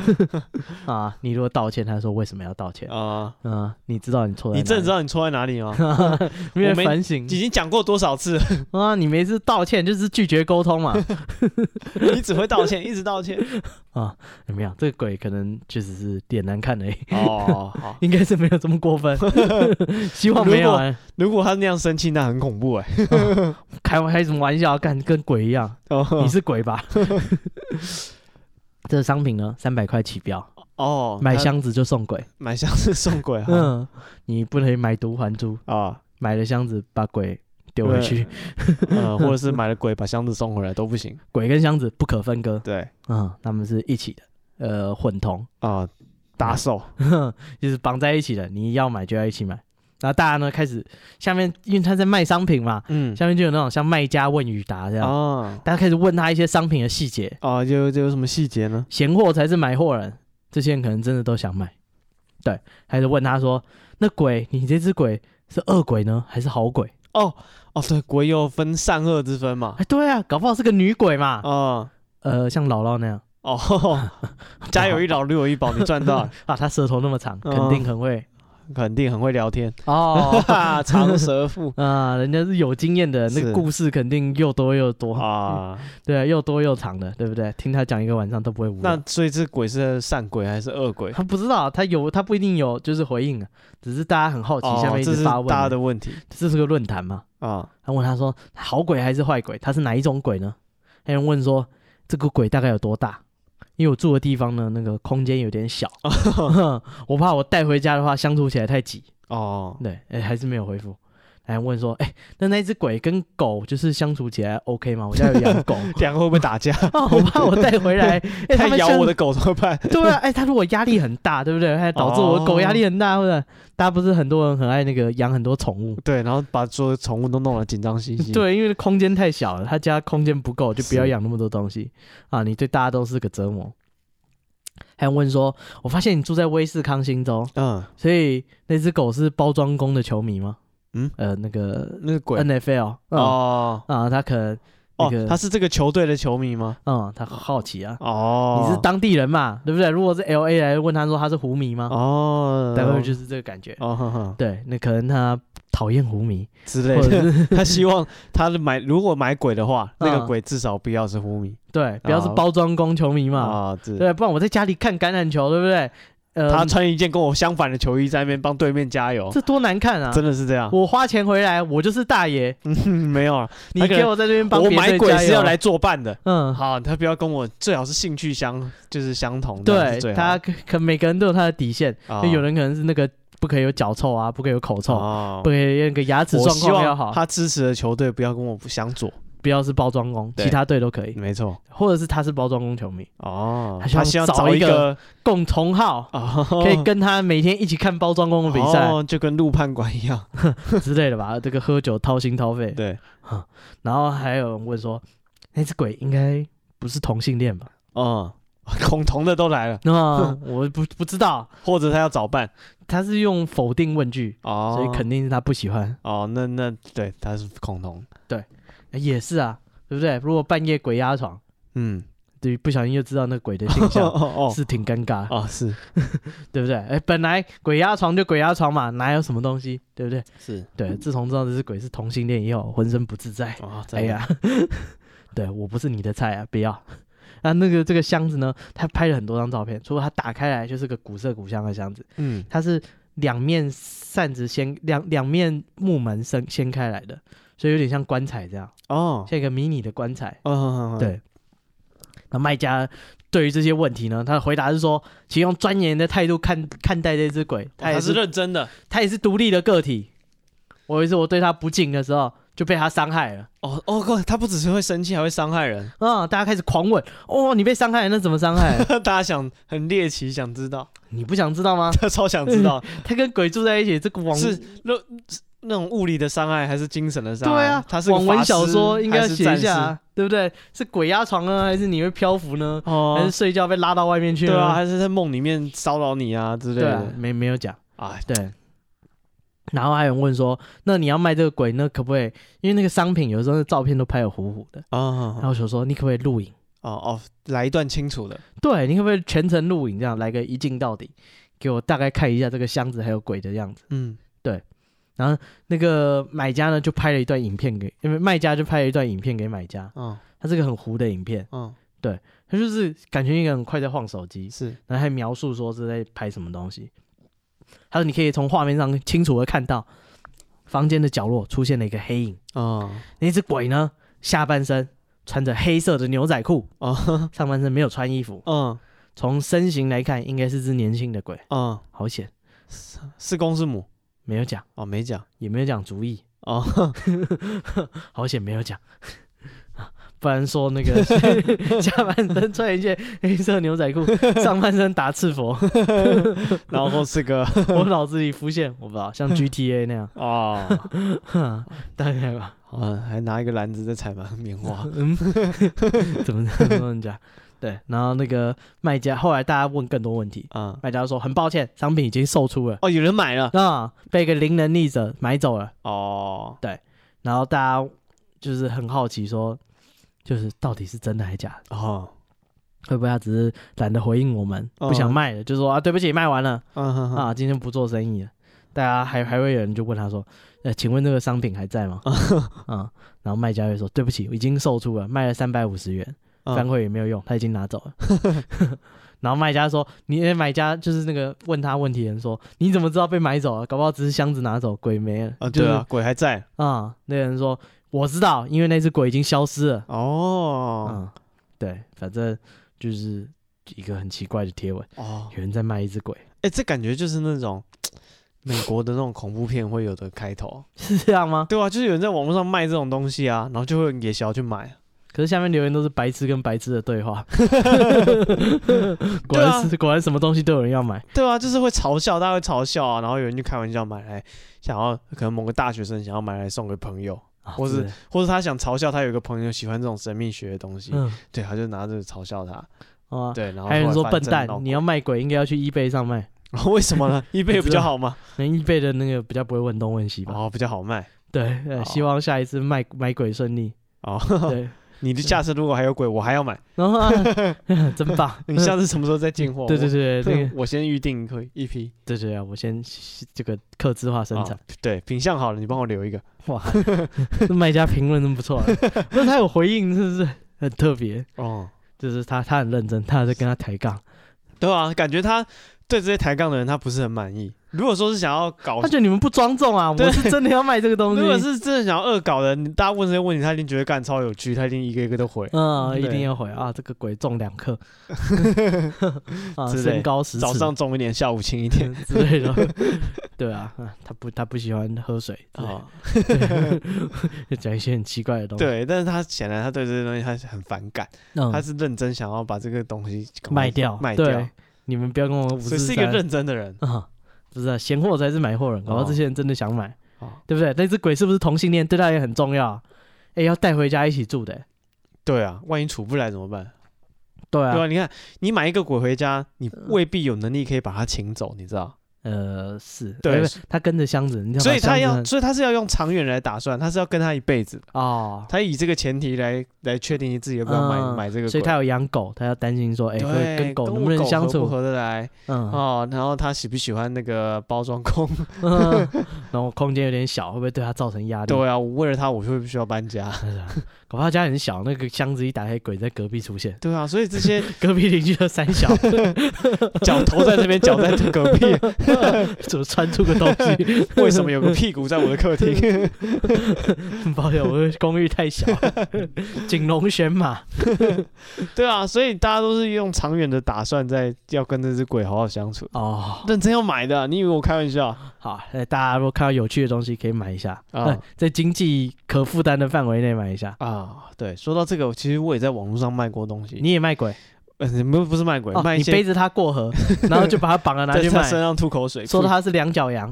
Speaker 2: 啊？你如果道歉，他说为什么要道歉？
Speaker 1: 啊，
Speaker 2: 嗯、你知道你错在哪里，
Speaker 1: 你真的知道你错在哪里吗？
Speaker 2: 没
Speaker 1: 我
Speaker 2: 有
Speaker 1: 没
Speaker 2: 反省
Speaker 1: 已经讲过多少次了？
Speaker 2: 啊！你每次道歉就是拒绝沟通嘛
Speaker 1: 你只会道歉，一直道歉。
Speaker 2: 啊？怎么样？这个鬼可能确实是脸难看而已，
Speaker 1: 哦，好。
Speaker 2: 应该是没有这么过 分，希望没有、啊。
Speaker 1: 如果他那样生气，那很恐怖哎。
Speaker 2: 开开什么玩笑？干跟鬼一样，你
Speaker 1: 哦
Speaker 2: 是 鬼吧？这个商品呢，三百块起标，
Speaker 1: 哦，
Speaker 2: 买
Speaker 1: 他
Speaker 2: 箱子就送鬼。
Speaker 1: 买箱是送鬼啊
Speaker 2: 嗯，你不能买椟还珠，
Speaker 1: 啊，
Speaker 2: 买了箱子把鬼丢回去，
Speaker 1: 呃，或者是买了鬼把箱子送回来都不行。
Speaker 2: 鬼跟箱子不可分割。
Speaker 1: 对
Speaker 2: 嗯，他们是一起的，呃，混同，
Speaker 1: 啊，搭售
Speaker 2: 就是绑在一起的，你要买就要一起买。然后大家呢开始下面，因为他在卖商品嘛，
Speaker 1: 嗯
Speaker 2: 下面就有那种像卖家问与答这样，
Speaker 1: 啊
Speaker 2: 大家开始问他一些商品的细节，
Speaker 1: 啊，有有什么细节呢？
Speaker 2: 闲货才是买货人，这些人可能真的都想买。对，还是问他说，那鬼，你这只鬼是恶鬼呢，还是好鬼？
Speaker 1: 哦哦，对，鬼有分善恶之分嘛。
Speaker 2: 哎，对啊，搞不好是个女鬼嘛，
Speaker 1: 啊
Speaker 2: 呃，像姥姥那样，
Speaker 1: 哦，家有一老，如有一宝，你赚到了，
Speaker 2: 啊，她舌头那么长，
Speaker 1: 哦
Speaker 2: 肯定很会
Speaker 1: 肯定很会聊天。
Speaker 2: 哦。
Speaker 1: 哈，长舌妇
Speaker 2: 啊、人家是有经验的，那
Speaker 1: 是
Speaker 2: 个故事肯定又多又 多，
Speaker 1: 啊，
Speaker 2: 对啊，又多又长的，对不对？听他讲一个晚上都不会无聊。
Speaker 1: 那所以这鬼是善鬼还是恶鬼？
Speaker 2: 他不知道，他有他不一定有就是回应啊，只是大家很好奇，下
Speaker 1: 哦
Speaker 2: 面，一
Speaker 1: 这
Speaker 2: 直
Speaker 1: 是
Speaker 2: 发问
Speaker 1: 大
Speaker 2: 啊。
Speaker 1: 家的问题
Speaker 2: 这是个论坛嘛？
Speaker 1: 啊。
Speaker 2: 他问他说好鬼还是坏鬼？他是哪一种鬼呢？还有人问说这个鬼大概有多大？因为我住的地方呢，那个空间有 点小，我怕我带回家的话相处起来太挤。
Speaker 1: 哦，
Speaker 2: 对，哎、还是没有回复。还问说，哎、那那只鬼跟狗就是相处起来 OK 吗？我家有养狗，
Speaker 1: 两个会不会打架？
Speaker 2: 哦，我怕我带回来，哎、
Speaker 1: 它
Speaker 2: 他们
Speaker 1: 咬
Speaker 2: 相
Speaker 1: 我的狗怎么办？
Speaker 2: 对啊，哎、他如果压力很大，对不对？还导致我狗压力很大，或者大家不是很多人很爱那个养很多宠物，
Speaker 1: 对，然后把所有宠物都弄得紧张兮兮。，
Speaker 2: 对，因为空间太小了，他家空间不够，就不要
Speaker 1: 是
Speaker 2: 养那么多东西啊！你对大家都是个折磨。还有问说，我发现你住在威斯康星州，
Speaker 1: 嗯，
Speaker 2: 所以那只狗是包装工的球迷吗？
Speaker 1: 嗯，
Speaker 2: 呃，那个
Speaker 1: 那是鬼
Speaker 2: NFL 哦
Speaker 1: 嗯哦
Speaker 2: 啊，他可能那
Speaker 1: 哦
Speaker 2: 个，
Speaker 1: 他是这个球队的球迷吗？
Speaker 2: 嗯，他好奇啊，
Speaker 1: 哦，
Speaker 2: 你是当地人嘛，对不对？如果是 L A 来问他说他是湖迷吗？
Speaker 1: 哦，
Speaker 2: 大概就是这个感觉。
Speaker 1: 哦哼哼
Speaker 2: 对，那可能他讨厌湖迷，
Speaker 1: 之
Speaker 2: 或
Speaker 1: 类的。
Speaker 2: 者是
Speaker 1: 他希望他的买，如果买鬼的话，那个
Speaker 2: 嗯
Speaker 1: 鬼至少不要是呼米
Speaker 2: 对，不要
Speaker 1: 哦
Speaker 2: 是包装工球迷嘛，
Speaker 1: 啊，这
Speaker 2: 对，不然我在家里看橄榄球，对不对？呃，
Speaker 1: 他穿一件跟我相反的球衣在那边帮对面加油，
Speaker 2: 这多难看啊！
Speaker 1: 真的是这样。
Speaker 2: 我花钱回来，我就是大爷，
Speaker 1: 嗯， 没有了，
Speaker 2: 你给我在这边帮
Speaker 1: 我
Speaker 2: 别
Speaker 1: 买
Speaker 2: 人
Speaker 1: 鬼
Speaker 2: 加
Speaker 1: 是要
Speaker 2: 油
Speaker 1: 来，作伴的。
Speaker 2: 嗯，
Speaker 1: 好，他不要跟我，最好是兴趣相就是相同的，这样是
Speaker 2: 对，
Speaker 1: 最
Speaker 2: 他
Speaker 1: 好。啊
Speaker 2: 可可每个人都有他的底线，
Speaker 1: 他
Speaker 2: 就有人可能是那个不可以有脚臭啊，不可以有口臭，
Speaker 1: 哦
Speaker 2: 不可以那个牙齿
Speaker 1: 我
Speaker 2: 状
Speaker 1: 希
Speaker 2: 况要
Speaker 1: 望
Speaker 2: 好，
Speaker 1: 他支持的球队不要跟我不相左，
Speaker 2: 不要是包装工，
Speaker 1: 对
Speaker 2: 其他队都可以，
Speaker 1: 没错。
Speaker 2: 或者是他是包装工球迷，
Speaker 1: 哦，
Speaker 2: 他
Speaker 1: 希
Speaker 2: 希
Speaker 1: 望
Speaker 2: 望
Speaker 1: 找
Speaker 2: 找
Speaker 1: 一
Speaker 2: 一
Speaker 1: 个
Speaker 2: 个共同号。
Speaker 1: 哦可
Speaker 2: 可以跟他每天一起看包装工的比赛
Speaker 1: 哦，就跟陆判官一样。
Speaker 2: 之类的吧，这个喝酒掏心掏肺。
Speaker 1: 对，
Speaker 2: 然后还有人问说，那只鬼应该不是同 性恋吧？
Speaker 1: 嗯，恐同的都来了，
Speaker 2: 那我不不知道，
Speaker 1: 或者他要找伴
Speaker 2: 他是用否定问句，
Speaker 1: 哦，
Speaker 2: 所以肯定是他不喜欢。
Speaker 1: 哦，那那对他是恐同，
Speaker 2: 也是啊，对不对？如果半夜鬼压床，
Speaker 1: 嗯，
Speaker 2: 对，不小心就知道那鬼的形象。
Speaker 1: 哦
Speaker 2: 是挺尴尬，
Speaker 1: 哦是
Speaker 2: 对不对？哎，本来鬼压床就鬼压床嘛，哪有什么东西，对不对？
Speaker 1: 是
Speaker 2: 对，自从知道这只鬼是同性恋以后，浑身不自在。
Speaker 1: 哦，真
Speaker 2: 哎
Speaker 1: 的，
Speaker 2: 呀， 对我不是你的菜啊，不要。 那那个这个箱子呢，他拍了很多张照片，除了他打开来就是个古色古香的箱子，
Speaker 1: 嗯
Speaker 2: 它是两面扇子掀两两面木门掀掀开来的，所以有点像棺材这样，
Speaker 1: 哦，
Speaker 2: 像一个迷你的棺材。
Speaker 1: 嗯，
Speaker 2: 对，那卖家对于这些问题呢，他的回答是说，请用钻研的态度看看待这只鬼，他
Speaker 1: 哦
Speaker 2: 也
Speaker 1: 他
Speaker 2: 是
Speaker 1: 是认真的
Speaker 2: 他也是独立的个体。我有一次我对他不敬的时候，就被他伤害了。
Speaker 1: 哦哦，哥，他不只是会生气，还会伤害 人，
Speaker 2: 啊！大家开始狂问，哦，你被伤害了，那怎么伤害？
Speaker 1: 大家想很猎奇， 想知道，
Speaker 2: 你不想知道吗？
Speaker 1: 他超想知道，
Speaker 2: 他跟鬼住在一起，这个
Speaker 1: 嗯
Speaker 2: 网
Speaker 1: 是那种物理的伤害还是精神的伤害？
Speaker 2: 对啊，
Speaker 1: 他是个
Speaker 2: 网文
Speaker 1: 法师
Speaker 2: 小说应该要
Speaker 1: 还是
Speaker 2: 写一
Speaker 1: 战士
Speaker 2: 下啊，对不对？是鬼压床呢，还是你会漂浮呢？还
Speaker 1: 哦
Speaker 2: 是，睡觉被拉到外面去
Speaker 1: 对
Speaker 2: 呢？
Speaker 1: 啊，还是在梦里面骚扰你啊之类
Speaker 2: 对啊
Speaker 1: 的，
Speaker 2: 没没有讲。
Speaker 1: 啊，
Speaker 2: 对。然后还有人问说，那你要卖这个鬼，那可不可以？因为那个商品有时候照片都拍的糊糊的，然
Speaker 1: 哦
Speaker 2: 后我想说，你可不可以录影？
Speaker 1: 哦哦，来一段清楚的，
Speaker 2: 对，你可不可以全程录影，这样来个一镜到底，给我大概看一下这个箱子还有鬼的样子。
Speaker 1: 嗯，
Speaker 2: 那个买家呢就拍了一段影片给，因为卖家就拍了一段影片给买家，
Speaker 1: 哦
Speaker 2: 它是个很糊的影片，
Speaker 1: 哦，
Speaker 2: 他就是感觉一个人很快在晃手机，
Speaker 1: 是，
Speaker 2: 然后还描述说是在拍什么东西。他说你可以从画面上清楚的看到，房间的角落出现了一个黑影，
Speaker 1: 哦
Speaker 2: 那只鬼呢下半身穿着黑色的牛仔裤，
Speaker 1: 哦，
Speaker 2: 上半身没有穿衣服，
Speaker 1: 嗯
Speaker 2: 从身形来看应该是只年轻的鬼，
Speaker 1: 嗯，
Speaker 2: 好险
Speaker 1: 是公是母？
Speaker 2: 没有讲，
Speaker 1: 哦，没讲
Speaker 2: 也没有讲主意，
Speaker 1: 哦，
Speaker 2: 好险没有讲。 不然说那个 下半身穿一件黑色牛仔裤，上半身打赤膊，
Speaker 1: 然后是 个
Speaker 2: 我脑子里浮现，我不知道，像 GTA 那样，
Speaker 1: 哦，
Speaker 2: 哼 大概吧。
Speaker 1: 啊，还拿一个篮子在采买棉花，
Speaker 2: 嗯，怎么怎么人家？对，然后那个卖家后来大家问更多问题，
Speaker 1: 啊，
Speaker 2: 卖家说很抱歉，商品已经售出了，
Speaker 1: 哦，有人买了，
Speaker 2: 啊，被一个零能力者买走了。
Speaker 1: 哦，
Speaker 2: 然后大家就是很好奇说，就是到底是真的还是假的？
Speaker 1: 哦，
Speaker 2: 会不会他只是懒得回应我们，不想
Speaker 1: 哦
Speaker 2: 卖了，就说啊对不起，卖完了
Speaker 1: 嗯哼哼，
Speaker 2: 啊，今天不做生意了。大家还还会有人就问他说，呃，请问这个商品还在吗？啊，然后卖家会说对不起，已经售出了，卖了三百五十元。
Speaker 1: 嗯
Speaker 2: 反悔也没有用，他已经拿走了。 然后卖家说：“你那买家就是那个问他问题的人说，你怎么知道被买走了？搞不好只是箱子拿走，鬼没了。”
Speaker 1: 啊，
Speaker 2: 就是
Speaker 1: 对啊，鬼还在，
Speaker 2: 啊、那个人说：“我知道，因为那只鬼已经消失了。
Speaker 1: 哦
Speaker 2: 嗯，对，反正就是一个很奇怪的贴文，
Speaker 1: 哦，
Speaker 2: 有人在卖一只鬼，
Speaker 1: 哎，这感觉就是那种美国的那种恐怖片会有的开头，
Speaker 2: 是这样吗？
Speaker 1: 对啊，就是有人在网络上卖这种东西啊，然后就会有野小去买，
Speaker 2: 可是下面留言都是白痴跟白痴的对 话，果
Speaker 1: 对啊
Speaker 2: 然是、果然什么东西都有人要买。
Speaker 1: 对啊，就是会嘲笑，大家会嘲笑啊，然后有人就开玩笑买来，想要可能某个大学生想要买来送给朋友，
Speaker 2: 啊
Speaker 1: 或是
Speaker 2: 真的
Speaker 1: 或者他想嘲笑他有一个朋友喜欢这种神秘学的东西，
Speaker 2: 嗯，
Speaker 1: 对，他就拿着嘲笑他，
Speaker 2: 啊，
Speaker 1: 对，然后
Speaker 2: 还有人
Speaker 1: 后
Speaker 2: 说
Speaker 1: 来
Speaker 2: 笨
Speaker 1: 反正
Speaker 2: 蛋
Speaker 1: 闹，
Speaker 2: 你要卖鬼应该要去 eBay 上卖。
Speaker 1: 鬼 为什么 呢？一倍比较好吗？
Speaker 2: 那易贝的那个比较不会问东问西吧？
Speaker 1: 哦，比较好卖
Speaker 2: 对，呃
Speaker 1: 哦
Speaker 2: 希望下一次卖买鬼顺利。
Speaker 1: 哦。
Speaker 2: 对，
Speaker 1: 你的下次如果还有鬼，我还要买。
Speaker 2: 然后、啊、真棒，
Speaker 1: 你下次什么时候再进货？
Speaker 2: 对对对，
Speaker 1: 我，
Speaker 2: 那个
Speaker 1: 我先预定一批一批
Speaker 2: 对对啊，我先这个刻字化生产
Speaker 1: 哦。对，品相好了，你帮我留一个。
Speaker 2: 哇，这卖家评论真不错、啊，那他有回应，是不是很特别？
Speaker 1: 哦，
Speaker 2: 就是他他很认真，他在跟他抬杠，
Speaker 1: 对啊，感觉他对这些抬杠的人，他不是很满意。如果说是想要搞
Speaker 2: 他，觉得你们不庄重啊，
Speaker 1: 对
Speaker 2: 我是真的要卖这个东
Speaker 1: 如果
Speaker 2: 西。
Speaker 1: 是真的想要恶搞的，你大家问这些问题，他一定觉得干超有趣，他一定一个一个都回。
Speaker 2: 嗯，
Speaker 1: 对
Speaker 2: 一定要回啊！这个鬼重两克，啊，
Speaker 1: 之类
Speaker 2: 身高十尺，
Speaker 1: 早上重一点，下午轻一点。
Speaker 2: 之类的。对啊，啊他不他不喜欢喝水之类的
Speaker 1: 哦，
Speaker 2: 就 讲一些很奇怪的东西。，
Speaker 1: 对，但是他显然他对这些东西他是很反感，
Speaker 2: 嗯
Speaker 1: 他是认真想要把这个东西赶快
Speaker 2: 卖掉，
Speaker 1: 卖
Speaker 2: 对
Speaker 1: 掉，
Speaker 2: 你们不要跟我五
Speaker 1: 所
Speaker 2: 四
Speaker 1: 以是一个认真的人
Speaker 2: 啊，不是啊，闲货才是买货人，搞不好
Speaker 1: 哦
Speaker 2: 这些人真的想买，
Speaker 1: 哦
Speaker 2: 对不对？那只鬼是不是同性恋，对他也很重要啊。哎，要带回家一起住的欸。
Speaker 1: 对啊，万一处不来怎么办？
Speaker 2: 对
Speaker 1: 对
Speaker 2: 啊嗯
Speaker 1: 啊，，你看，你买一个鬼回家，你未必有能力可以把它请走，你知道？
Speaker 2: 呃，是，
Speaker 1: 对
Speaker 2: 哎不是他跟着箱子，你知道吗
Speaker 1: 所以他
Speaker 2: 箱
Speaker 1: 要，
Speaker 2: 子
Speaker 1: 所以他是要用长远来打算，他是要跟他一辈子，
Speaker 2: 很哦，
Speaker 1: 他以这个前提来来确定你自己要不要买、
Speaker 2: 嗯
Speaker 1: 买这个鬼。
Speaker 2: 所以他有养狗，他要担心说，哎，会
Speaker 1: 对
Speaker 2: 跟狗
Speaker 1: 跟
Speaker 2: 能
Speaker 1: 我
Speaker 2: 不能
Speaker 1: 狗
Speaker 2: 相
Speaker 1: 合不
Speaker 2: 处？
Speaker 1: 合得来
Speaker 2: 嗯，
Speaker 1: 哦，然后他喜不喜欢那个包装工？
Speaker 2: 嗯 然后空间有点小，会不会对他造成压力？
Speaker 1: 对啊，我为了他，我会不需要搬家。
Speaker 2: 搞不好家很小，那个箱子一打开，鬼在隔壁出现，
Speaker 1: 对啊，所以这些
Speaker 2: 隔壁邻居的三 小
Speaker 1: 脚头在这边，脚在隔 壁，
Speaker 2: 怎么穿出个东西？
Speaker 1: 为什么有个屁股在我的客厅？
Speaker 2: 抱歉，我的公寓太 小，锦龙选马。
Speaker 1: 对啊，所以大家都是用长远的打算在要跟这只鬼好好相处。
Speaker 2: 哦，
Speaker 1: 认真要买的，你以为我开玩笑啊？
Speaker 2: 好，那大家如果看到有趣的东西，可以买一下，呃在经济可负担的范围内买一下。
Speaker 1: 啊，对，说到这个，其实我也在网络上卖过东西。
Speaker 2: 你也卖鬼
Speaker 1: 呃不不是卖鬼，
Speaker 2: 哦，
Speaker 1: 卖一
Speaker 2: 你
Speaker 1: 些
Speaker 2: 背着它 过河，然后就把它绑了拿
Speaker 1: 在
Speaker 2: 去
Speaker 1: 他
Speaker 2: 卖
Speaker 1: 身，上吐口水，
Speaker 2: 说
Speaker 1: 哭
Speaker 2: 它是两脚羊。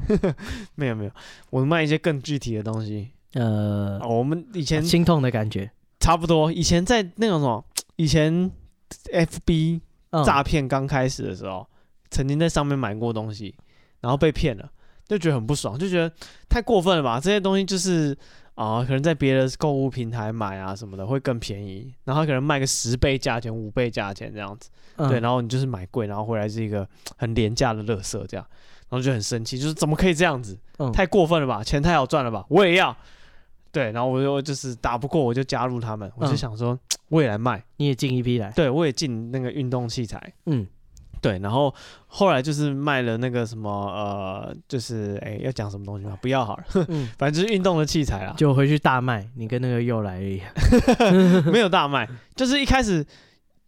Speaker 1: 没有没有，我卖一些更具体的东西。
Speaker 2: 呃，
Speaker 1: 哦，我们以前
Speaker 2: 心痛的感觉，
Speaker 1: 差不多，以前在那种什么，以前 FB
Speaker 2: 嗯
Speaker 1: 诈骗刚开始的时候，曾经在上面买过东西，然后被骗了，就觉得很不爽，就觉得太过分了吧？这些东西就是啊、可能在别的购物平台买啊什么的会更便宜，然后它可能卖个十倍价钱、五倍价钱这样子，
Speaker 2: 嗯
Speaker 1: 对，然后你就是买贵，然后回来是一个很廉价的垃圾这样，然后就很生气，就是怎么可以这样子？
Speaker 2: 嗯
Speaker 1: 太过分了吧？钱太好赚了吧？我也要。对，然后我就就是打不过，我就加入他们，我就
Speaker 2: 嗯
Speaker 1: 想说，我也来卖，
Speaker 2: 你也进一批来，
Speaker 1: 对我也进那个运动器材，
Speaker 2: 嗯，
Speaker 1: 对，然后后来就是卖了那个什么呃，就是哎要讲什么东西吗？不要好了，
Speaker 2: 嗯，
Speaker 1: 反正就是运动的器材啦，
Speaker 2: 就回去大卖，你跟那个又来而已。
Speaker 1: 没有大卖，就是一开始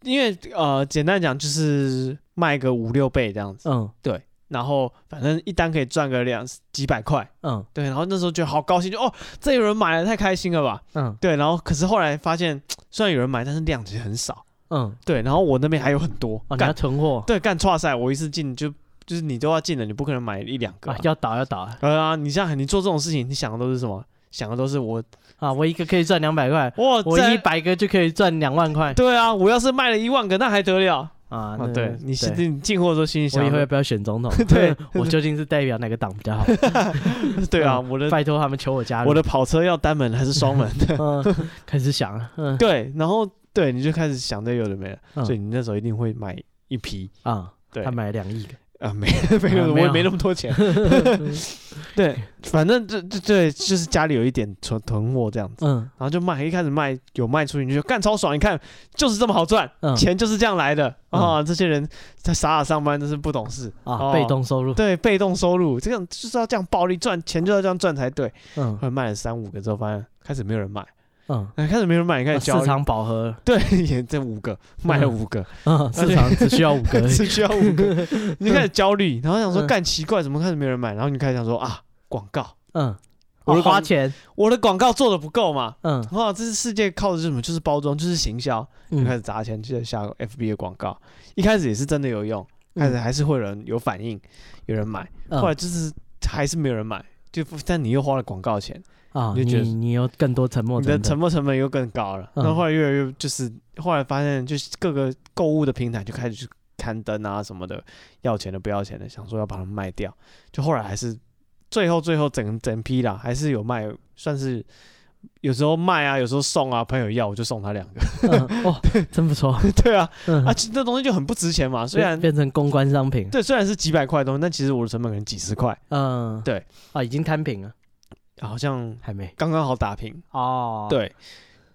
Speaker 1: 因为呃简单讲就是卖个五六倍这样子，
Speaker 2: 嗯
Speaker 1: 对，然后反正一单可以赚个两几百块，
Speaker 2: 嗯
Speaker 1: 对，然后那时候觉得好高兴，就哦这有人买了，太开心了吧？
Speaker 2: 嗯
Speaker 1: 对，然后可是后来发现虽然有人买，但是量其实很少，
Speaker 2: 嗯，
Speaker 1: 对，然后我那边还有很多，
Speaker 2: 哦，你
Speaker 1: 干
Speaker 2: 要囤货
Speaker 1: 对，干跨赛，我一次进就就是你都要进了，你不可能买一两个、
Speaker 2: 啊
Speaker 1: 啊，。
Speaker 2: 要倒要倒啊
Speaker 1: 呃啊，你像你做这种事情，你想的都是什么？想的都是我
Speaker 2: 啊！我一个可以赚两百块，
Speaker 1: 哇，
Speaker 2: 我
Speaker 1: 在
Speaker 2: 一百个就可以赚两万块
Speaker 1: 对啊，我要是卖了一万个，那还得了
Speaker 2: 啊！
Speaker 1: 啊
Speaker 2: 那？
Speaker 1: 对你
Speaker 2: 对
Speaker 1: 心你进货的时候心里
Speaker 2: 我
Speaker 1: 想
Speaker 2: 以后要
Speaker 1: 的，
Speaker 2: 不要选总统？
Speaker 1: 对
Speaker 2: 我究竟是代表哪个党比 较好？
Speaker 1: 对啊，我的
Speaker 2: 拜托他们求我加入。
Speaker 1: 我的跑车要单门还是双门？
Speaker 2: 嗯，开始想了，嗯
Speaker 1: 对，然后对你就开始想这有的没了，
Speaker 2: 嗯
Speaker 1: 所以你那时候一定会买一批，
Speaker 2: 啊，
Speaker 1: 对
Speaker 2: 他买了两亿个，
Speaker 1: 啊，没 没有，
Speaker 2: 啊
Speaker 1: 我
Speaker 2: 没
Speaker 1: 也
Speaker 2: 有
Speaker 1: 没那么多 钱。对，反正这这对，就是家里有一点囤囤货这样子，
Speaker 2: 嗯
Speaker 1: 然后就卖，一开始卖有卖出去，你就干超爽，你看就是这么好赚，
Speaker 2: 嗯
Speaker 1: 钱就是这样来的啊！这些人在傻傻上班真是不懂事
Speaker 2: 啊，被。动收入
Speaker 1: 哦，对，被动收入这样就是要这样暴力赚钱，就要这样赚才对。
Speaker 2: 嗯
Speaker 1: 后来卖了三五个之后，发现开始没有人买，
Speaker 2: 嗯，
Speaker 1: 哎开始没有人买，你开始焦
Speaker 2: 啊市
Speaker 1: 虑。
Speaker 2: 场饱和，
Speaker 1: 对，也这五个卖了五个，
Speaker 2: 嗯，市场只需要五 个而已，
Speaker 1: 只需要五个，你就开始焦虑，然后想说
Speaker 2: 嗯
Speaker 1: 干奇怪，怎么开始没有人买？然后你开始想说啊，广告，
Speaker 2: 嗯，
Speaker 1: 我
Speaker 2: 我
Speaker 1: 的广
Speaker 2: 花钱，
Speaker 1: 我的广告做的不够嘛？
Speaker 2: 嗯
Speaker 1: 哇，这是世界靠的是什么？就是包装，就是行销。就开
Speaker 2: 嗯
Speaker 1: 始砸钱去下 FB 的广告，一开始也是真的有用，开始还是会有人有反应，有人买，
Speaker 2: 嗯
Speaker 1: 后来就是还是没有人买，就但你又花了广告钱，
Speaker 2: 啊，
Speaker 1: 你
Speaker 2: 你
Speaker 1: 就觉得
Speaker 2: 你有更多沉默
Speaker 1: 你的
Speaker 2: 成
Speaker 1: 沉没成本又更高了。
Speaker 2: 哦嗯
Speaker 1: 那后来越来越就是后来发现，就是各个购物的平台就开始去刊登啊什么的，要钱的不要钱的，想说要把它们卖掉，就后来还是最后最后整整批啦，还是有卖，算是。有时候卖啊，有时候送啊，朋友要我就送他两个，
Speaker 2: 嗯哇，真不错，
Speaker 1: 对啊，
Speaker 2: 嗯
Speaker 1: 啊，，其实这东西就很不值钱嘛。虽然
Speaker 2: 变成公关商品，
Speaker 1: 对，虽然是几百块的东西，但其实我的成本可能几十块，
Speaker 2: 嗯，
Speaker 1: 对，
Speaker 2: 啊，已经摊平了，
Speaker 1: 好像
Speaker 2: 还没
Speaker 1: 刚刚好打平。
Speaker 2: 哦，，
Speaker 1: 对，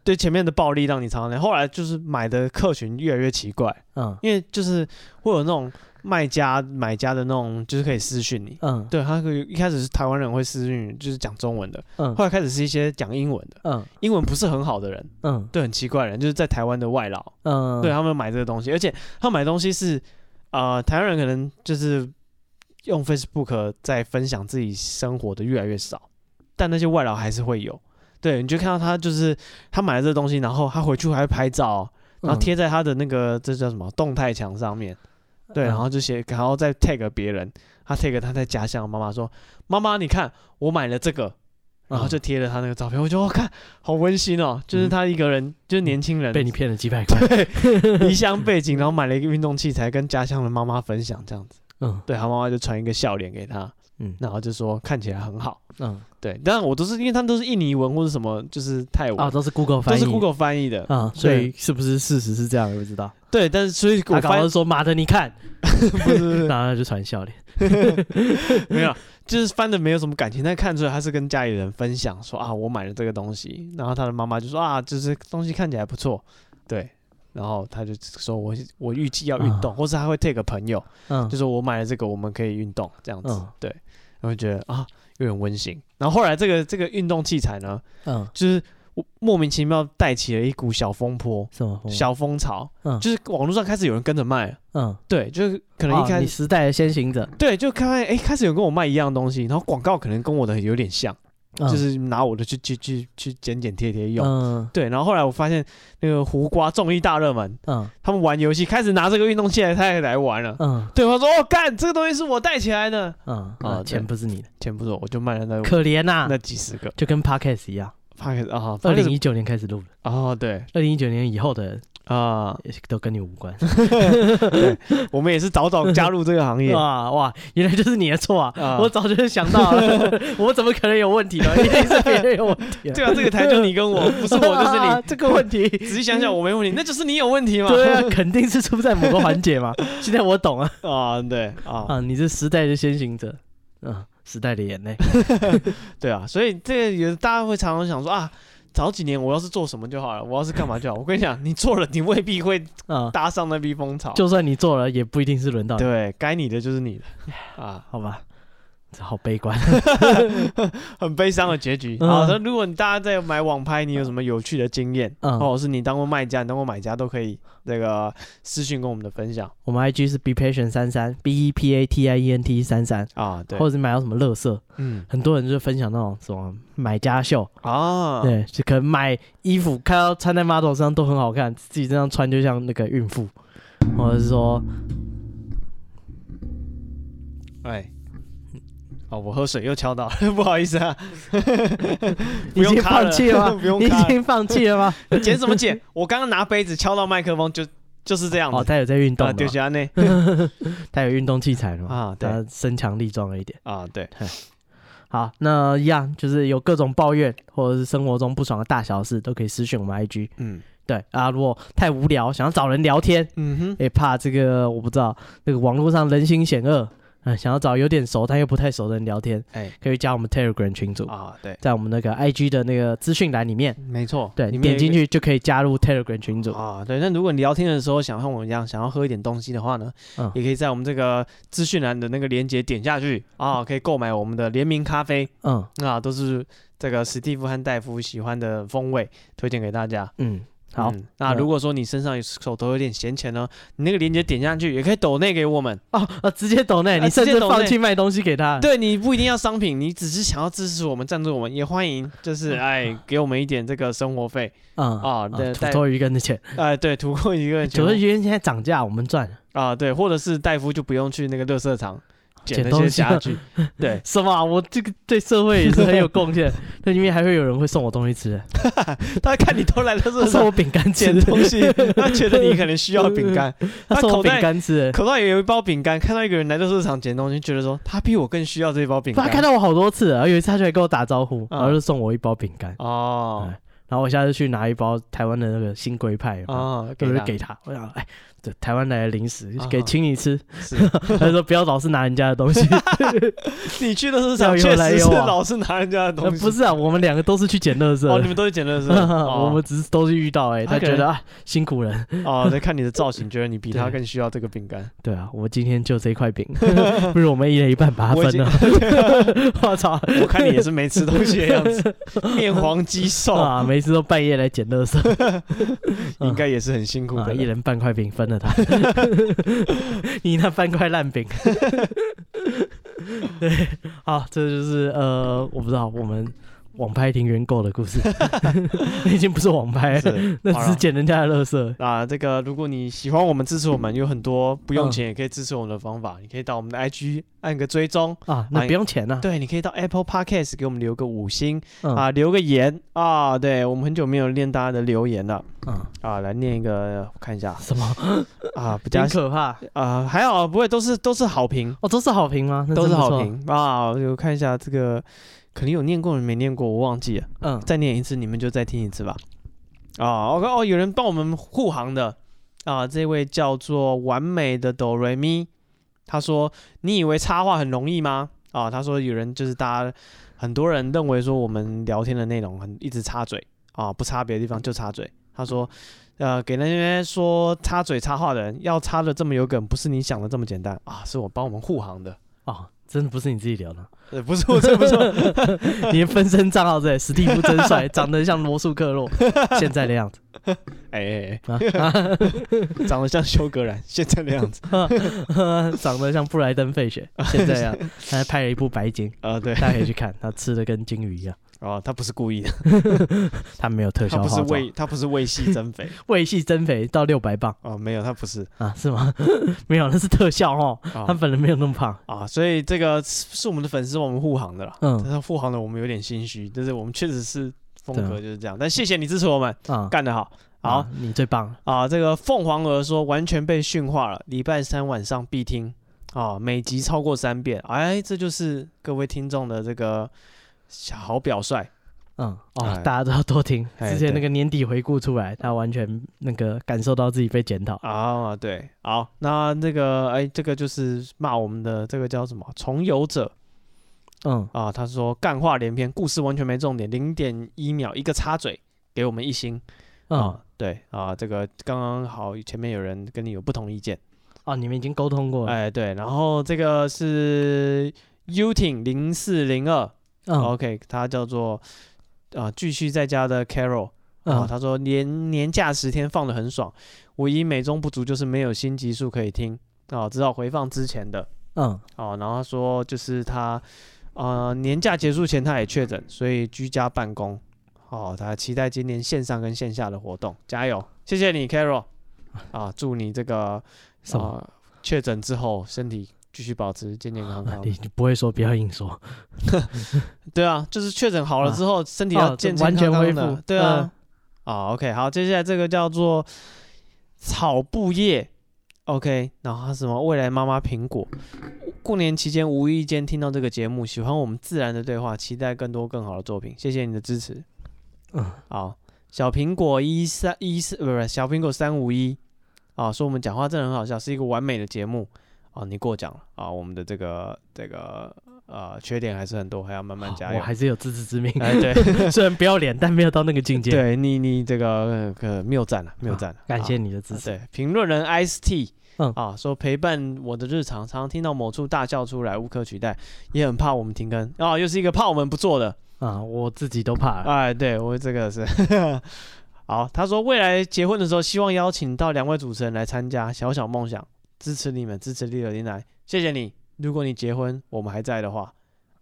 Speaker 1: 对，前面的暴利让你尝尝。后来就是买的客群越来越奇怪，
Speaker 2: 嗯
Speaker 1: 因为就是会有那种卖家、买家的那种，就是可以私讯你。
Speaker 2: 嗯
Speaker 1: 对，他可以一开始是台湾人会私讯你，就是讲中文的，
Speaker 2: 嗯
Speaker 1: 后来开始是一些讲英文的，
Speaker 2: 嗯
Speaker 1: 英文不是很好的人，
Speaker 2: 嗯
Speaker 1: 对，很奇怪的人，就是在台湾的外劳，
Speaker 2: 嗯，
Speaker 1: 对他啊们买这个东西，而且他买东西是，呃，台湾人可能就是用 Facebook 在分享自己生活的越来越少，但那些外劳还是会有。对，你就看到他就是他买了这个东西，然后他回去还会拍照，
Speaker 2: 嗯，
Speaker 1: 然后贴在他的那个、这叫什么动态墙上面，对，
Speaker 2: 嗯
Speaker 1: 然后就写，然后再 tag 别人，他 tag 他在家乡的妈妈说：“妈妈，你看我买了这个。”然后就贴了他那个照片，我觉得我看好温馨哦，就是
Speaker 2: 嗯
Speaker 1: 他一个人，就是年轻人
Speaker 2: 被你骗了几百块，
Speaker 1: 离乡背景，然后买了一个运动器材，跟家乡的妈妈分享这样子。
Speaker 2: 嗯
Speaker 1: 对他妈妈就传一个笑脸给他，
Speaker 2: 嗯
Speaker 1: 然后就说看起来很好。
Speaker 2: 嗯，
Speaker 1: 对，但我都是因为他们都是印尼文或者什么，就是泰文，
Speaker 2: 啊，都是 Google 翻
Speaker 1: 都
Speaker 2: 译，
Speaker 1: 是 Google 翻译的。
Speaker 2: 啊，所以是不是事实是这样？也不知道。
Speaker 1: 对，但是所以我
Speaker 2: 他搞
Speaker 1: 翻
Speaker 2: 到说妈的，你看，
Speaker 1: 不是 不是
Speaker 2: 然后他就传笑脸。
Speaker 1: 没有，就是翻的没有什么感情，但看出来他是跟家里人分享说啊，我买了这个东西，然后他的妈妈就说啊，就是东西看起来不错，对。然后他就说我我预计要运动，
Speaker 2: 啊
Speaker 1: 或是他会 take 朋友，
Speaker 2: 嗯
Speaker 1: 就，是我买了这个，我们可以运动这样子，
Speaker 2: 嗯
Speaker 1: 对，然后觉得啊有点温馨。然后后来这个这个运动器材呢，
Speaker 2: 嗯，
Speaker 1: 就是我莫名其妙带起了一股小风波、
Speaker 2: 什么风？
Speaker 1: 小风潮，
Speaker 2: 哦嗯
Speaker 1: 就是网络上开始有人跟着卖了，
Speaker 2: 嗯，
Speaker 1: 对，就是可
Speaker 2: 可
Speaker 1: 能一开
Speaker 2: 啊你
Speaker 1: 始、
Speaker 2: 时代的先行者。
Speaker 1: 对，就看哎开始有跟我卖一样的东西，然后广告可能跟我的有点像，
Speaker 2: 嗯
Speaker 1: 就是拿我的去去去去剪剪贴贴用。
Speaker 2: 嗯
Speaker 1: 对，然后后来我发现那个胡瓜综艺大热门，
Speaker 2: 嗯
Speaker 1: 他们玩游戏开始拿这个运动器材，他也来玩了。
Speaker 2: 嗯
Speaker 1: 对方说：“哦，干，这个东西是我带起来的，
Speaker 2: 嗯，
Speaker 1: 啊
Speaker 2: 啊，钱
Speaker 1: 对
Speaker 2: 不是你的，
Speaker 1: 钱不是我，我就卖了那
Speaker 2: 可怜呐
Speaker 1: 那，几十个。
Speaker 2: 就跟 podcast 一样，”
Speaker 1: 发给啊，
Speaker 2: 二
Speaker 1: 发给
Speaker 2: 零一九年开始录的，
Speaker 1: 哦，对
Speaker 2: 二零一九年以后的
Speaker 1: 啊，
Speaker 2: 也是都跟你无 关。
Speaker 1: 我们也是早早加入这个行 业。
Speaker 2: 哇哇，原来就是你的错啊！
Speaker 1: 啊
Speaker 2: 哦我早就想到了， 我怎么可能有问题呢？一定是别人有问 题啊。
Speaker 1: 对啊，这个台就你跟我，不是我就是
Speaker 2: 啊
Speaker 1: 你。
Speaker 2: 这个问题。
Speaker 1: 仔细想想，我没问题，那就是你有问题嘛。
Speaker 2: 对啊，肯定是出在某个环节嘛。现在我懂啊，
Speaker 1: 啊，对啊，
Speaker 2: 啊，你是时代的先行者，嗯，时代的眼泪，
Speaker 1: 对啊，所以这个也大家会常常想说啊，早几年我要是做什么就好了， 我要是干嘛就好。我跟你讲，你做了，你未必会
Speaker 2: 啊，
Speaker 1: 搭上那批风潮。
Speaker 2: 就算你做了，也不一定是轮到你，
Speaker 1: 对该你的就是你的啊，
Speaker 2: 好吧？这好悲 观，
Speaker 1: 很悲伤的结局。
Speaker 2: 嗯
Speaker 1: 好的，如果你大家在买网拍，你有什么有趣的经验，
Speaker 2: 嗯
Speaker 1: 或者是你当过卖家、你当过买家，都可以那个私信跟我们的分享
Speaker 2: 我们 IG 是 be patient 三三 b e p a t i e n t 三三，
Speaker 1: 啊。对
Speaker 2: 或，者是买到什么乐色，
Speaker 1: 嗯
Speaker 2: 很多人就分享那种什么买家秀，
Speaker 1: 啊，
Speaker 2: 对，就可能买衣服看到穿在 model 身上都很好看，自己身上穿就像那个孕妇，或者是说
Speaker 1: 哎。哦，我喝水又敲到了， 不好意思啊，不
Speaker 2: 已
Speaker 1: 用
Speaker 2: 经
Speaker 1: 卡
Speaker 2: 放
Speaker 1: 了
Speaker 2: 弃了吗？
Speaker 1: 不用
Speaker 2: 你已
Speaker 1: 卡了
Speaker 2: 经放弃 了吗？
Speaker 1: 剪什么剪？我刚刚拿杯子敲到麦克风，就就是这样
Speaker 2: 哦，
Speaker 1: 子。
Speaker 2: 他有在运动
Speaker 1: 啊，
Speaker 2: 的
Speaker 1: 丢
Speaker 2: 嘛，
Speaker 1: 下呢？
Speaker 2: 他有运动器材了嘛？
Speaker 1: 啊，对
Speaker 2: 他身强力壮了一点。
Speaker 1: 啊，对，
Speaker 2: 好，那一样就是有各种抱怨或者是生活中不爽的大小事，都可以私讯我们 IG。
Speaker 1: 嗯
Speaker 2: 对啊，如果太无聊，想要找人聊天，
Speaker 1: 嗯哼，
Speaker 2: 也怕这个我不知道，这个网络上人心险恶，嗯，想要找有点熟但又不太熟的人聊天，
Speaker 1: 哎
Speaker 2: 可以加我们 Telegram 群组，
Speaker 1: 啊，对，
Speaker 2: 在我们那个 IG 的那个资讯栏里面，
Speaker 1: 没错，
Speaker 2: 对，
Speaker 1: 你们
Speaker 2: 点进
Speaker 1: 有一
Speaker 2: 去就可以加入 Telegram 群
Speaker 1: 个
Speaker 2: 组。
Speaker 1: 啊，对。那如果你聊天的时候想和我们一样，想要喝一点东西的话呢，
Speaker 2: 嗯
Speaker 1: 也可以在我们这个资讯栏的那个链接点下去啊，可以购买我们的联名咖啡
Speaker 2: 嗯
Speaker 1: 啊，都是这个史蒂夫和戴夫喜欢的风味，推荐给大家。
Speaker 2: 嗯，好，
Speaker 1: 嗯那如果说你身上有手头有点闲钱呢，你那个链接点下去也可以抖内给我们。
Speaker 2: 哦，啊，直接抖内，
Speaker 1: 啊
Speaker 2: 你甚
Speaker 1: 直
Speaker 2: 至
Speaker 1: 接抖内
Speaker 2: 放弃卖东西给 他。
Speaker 1: 对你不一定要商品，你只是想要支持我们、赞助我们，也欢迎 就是哎给我们一点这个生活费，
Speaker 2: 嗯
Speaker 1: 啊对
Speaker 2: 土
Speaker 1: 带
Speaker 2: 托鱼羹的钱，
Speaker 1: 哎对，图过一个
Speaker 2: 土托
Speaker 1: 钱
Speaker 2: 鱼羹现在涨价，我们赚
Speaker 1: 啊对，或者是戴夫就不用去那个乐色场捡
Speaker 2: 捡
Speaker 1: 那
Speaker 2: 东
Speaker 1: 些
Speaker 2: 西
Speaker 1: 家具，对，
Speaker 2: 什么啊？我这个对社会也是很有贡 献，那里面还会有人会送我东西吃，
Speaker 1: 他看你偷来乐色
Speaker 2: 他送
Speaker 1: 场
Speaker 2: 我饼干吃
Speaker 1: 捡，东西，他觉得你可能需要饼干，
Speaker 2: 他送我
Speaker 1: 口
Speaker 2: 饼
Speaker 1: 袋
Speaker 2: 干吃，
Speaker 1: 口袋也有一包饼干，看到一个人来乐色场捡东西，觉得说他比我更需要这包饼
Speaker 2: 不他看
Speaker 1: 干
Speaker 2: 到我好多次了，然后有一次他就来跟我打招呼，
Speaker 1: 啊
Speaker 2: 然后就送我一包饼干，
Speaker 1: 哦
Speaker 2: 然后我下次去拿一包台湾的那个新龟派，啊，
Speaker 1: 哦，
Speaker 2: 我
Speaker 1: 给
Speaker 2: 就
Speaker 1: 他
Speaker 2: 给他，我想哎，这台湾来的零食
Speaker 1: 啊
Speaker 2: 给请你吃，
Speaker 1: 是
Speaker 2: 他说不要老是拿人家的东西，
Speaker 1: 你去乐色场
Speaker 2: 要
Speaker 1: 确
Speaker 2: 有来
Speaker 1: 实是
Speaker 2: 有往
Speaker 1: 老是拿人家的
Speaker 2: 呃
Speaker 1: 东西，
Speaker 2: 不是啊，我们两个都是去捡垃圾
Speaker 1: 哦，你
Speaker 2: 的。
Speaker 1: 们都是捡乐色，
Speaker 2: 我
Speaker 1: 哦
Speaker 2: 们只是都是遇到哎、他
Speaker 1: 他可
Speaker 2: 觉
Speaker 1: 能
Speaker 2: 得啊辛苦人，
Speaker 1: 哦，在看你的造型，觉得你比他
Speaker 2: 对
Speaker 1: 更需要这个饼 干。
Speaker 2: 对啊，我今天就这块饼， 不如我们一人一半把它
Speaker 1: 我已
Speaker 2: 分
Speaker 1: 经
Speaker 2: 了。 我操
Speaker 1: 我看你也是没吃东西的样 子，面黄肌瘦，
Speaker 2: 啊！每次都半夜来捡 垃圾，
Speaker 1: 应该也是很辛苦
Speaker 2: 啊，
Speaker 1: 的。
Speaker 2: 一人半块饼分了 他，你那半块烂饼。 对，好，这就是呃，我不知道我们网拍庭员购的故事， 那已经不是网拍了，
Speaker 1: 是
Speaker 2: 那
Speaker 1: 好
Speaker 2: 只是
Speaker 1: 啦
Speaker 2: 捡人家的垃圾。
Speaker 1: 啊，这个如果你喜欢我们支持我们，有很多不用钱也可以支持我们的方法，你可以到我们的 IG 按个追踪，
Speaker 2: 啊，那
Speaker 1: 哎
Speaker 2: 不用钱呐、
Speaker 1: 对，你可以到 Apple Podcast 给我们留个五星
Speaker 2: 嗯
Speaker 1: 啊，留个言啊，对我们很久没有念大家的留言了
Speaker 2: 嗯，
Speaker 1: 啊，来念一个，我看一下
Speaker 2: 什么？
Speaker 1: 啊，比较
Speaker 2: 真可怕！
Speaker 1: 啊，还好不会都是都是好评，
Speaker 2: 哦，都是好评吗？那
Speaker 1: 都
Speaker 2: 真
Speaker 1: 是
Speaker 2: 不
Speaker 1: 好
Speaker 2: 错。
Speaker 1: 评啊！我看一下这个，可能有念过，没念过，我忘记了。
Speaker 2: 嗯，
Speaker 1: 再念一次，你们就再听一次吧。啊，OK，哦，有人帮我们护航的啊，这位叫做完美的哆瑞咪，他说：“你以为插话很容易吗？”啊，他说有人就是大家很多人认为说我们聊天的内容很一直插嘴啊，不插别的地方就插嘴。他说：“呃，给那些说插嘴插话的人，要插的这么有梗，不是你想的这么简单啊，是我帮我们护航的。”
Speaker 2: 哦，真的不是你自己聊的，
Speaker 1: 呃， 不是我，这不是我
Speaker 2: 你的分身账号这里，史蒂夫真帅， 长得像罗素克洛 现在的样子
Speaker 1: 哎哎
Speaker 2: 啊，
Speaker 1: 哎， 长得像修格兰现在的样子。
Speaker 2: 长得像布莱登费雪现在的样子，他还拍了一部白鲸，
Speaker 1: 啊，对，
Speaker 2: 大家可以去看，他吃的跟鲸鱼一样。
Speaker 1: 哦，他不是故意的，
Speaker 2: 他没有特
Speaker 1: 他
Speaker 2: 效
Speaker 1: 不是
Speaker 2: 化妆，
Speaker 1: 为他不是为戏增肥
Speaker 2: 胃系增肥到六百磅
Speaker 1: 哦，没有，他不是
Speaker 2: 啊？是吗？ 没有，那是特效哦，
Speaker 1: 啊
Speaker 2: 他本人没有那么胖。
Speaker 1: 啊，所以这个是是我们的粉丝，我们护航的啦。
Speaker 2: 嗯
Speaker 1: 但是护航的我们有点心虚，但是我们确实是风
Speaker 2: 对啊
Speaker 1: 格就是这样。但谢谢你支持我们，
Speaker 2: 啊，
Speaker 1: 干得好。好
Speaker 2: 啊，你最棒了。
Speaker 1: 啊，这个凤凰鹅说完全被驯化了，礼拜三晚上必听啊，每集超过三遍。哎，这就是各位听众的这个小好表率。
Speaker 2: 嗯，哦
Speaker 1: 哎，
Speaker 2: 大家都要多听。
Speaker 1: 哎
Speaker 2: 之前那
Speaker 1: 对
Speaker 2: 个年底回顾出来，他完全那个感受到自己被检讨。
Speaker 1: 啊，对，好，那那个，哎，这个就是骂我们的这个叫什么重游者
Speaker 2: 嗯，
Speaker 1: 啊，他说干话连篇，故事完全没重点，零点一秒一个插嘴，给我们一星
Speaker 2: 嗯，
Speaker 1: 啊，对啊，这个刚刚好前面有人跟你有不同意见，
Speaker 2: 哦，你们已经沟通过了。
Speaker 1: 哎，对，然后这个是 Uting 零四零二
Speaker 2: 嗯，
Speaker 1: ，OK，他叫做啊继续在家的 Carol。啊，
Speaker 2: 嗯，
Speaker 1: 他说年年假十天放的很爽，唯一美中不足就是没有新集数可以听啊，只好回放之前的
Speaker 2: 嗯，
Speaker 1: 啊。然后他说就是他呃年假结束前他也确诊，所以居家办公。哦，他期待今年线上跟线下的活动，加油！谢谢你，Carol 啊，祝你这个
Speaker 2: 什么？
Speaker 1: 呃确诊之后身体继续保持健健康康。
Speaker 2: 啊你你不会说不要硬说。
Speaker 1: 对啊，就是确诊好了之后，身体
Speaker 2: 哦
Speaker 1: 要
Speaker 2: 就
Speaker 1: 健健
Speaker 2: 完全
Speaker 1: 康康
Speaker 2: 恢
Speaker 1: 的
Speaker 2: 复嗯
Speaker 1: 对啊，啊、o k 好，接下来这个叫做草布叶，OK，然后它什么未来妈妈苹果。过年期间无意间听到这个节目，喜欢我们自然的对话，期待更多更好的作品，谢谢你的支持。
Speaker 2: 嗯，
Speaker 1: 好，小苹果一三一四，不是不是小苹果三五一，啊，说我们讲话真的很好笑，是一个完美的节目。啊，你过奖了啊！我们的这个这个呃缺点还是很多，还要慢慢
Speaker 2: 好
Speaker 1: 加
Speaker 2: 我
Speaker 1: 油。
Speaker 2: 还是有自知之 明，
Speaker 1: 哎，对，
Speaker 2: 虽然不要脸，但没有到那个境界。
Speaker 1: 对你你这个呃谬赞了，谬
Speaker 2: 啊
Speaker 1: 赞了，
Speaker 2: 感谢
Speaker 1: 啊。
Speaker 2: 你的支持。
Speaker 1: 对，评论人 Ice T，
Speaker 2: 嗯
Speaker 1: 啊，说陪伴我的日常，常常听到某处大笑出来，无可取代，也很怕我们停更啊，又是一个怕我们不做的，
Speaker 2: 啊，我自己都怕了。
Speaker 1: 哎，对我这个是。 好，他说未来结婚的时候，希望邀请到两位主持人来参加，小小梦想，支持你们，支持丽友林来，谢谢你。如果你结婚，我们还在的话，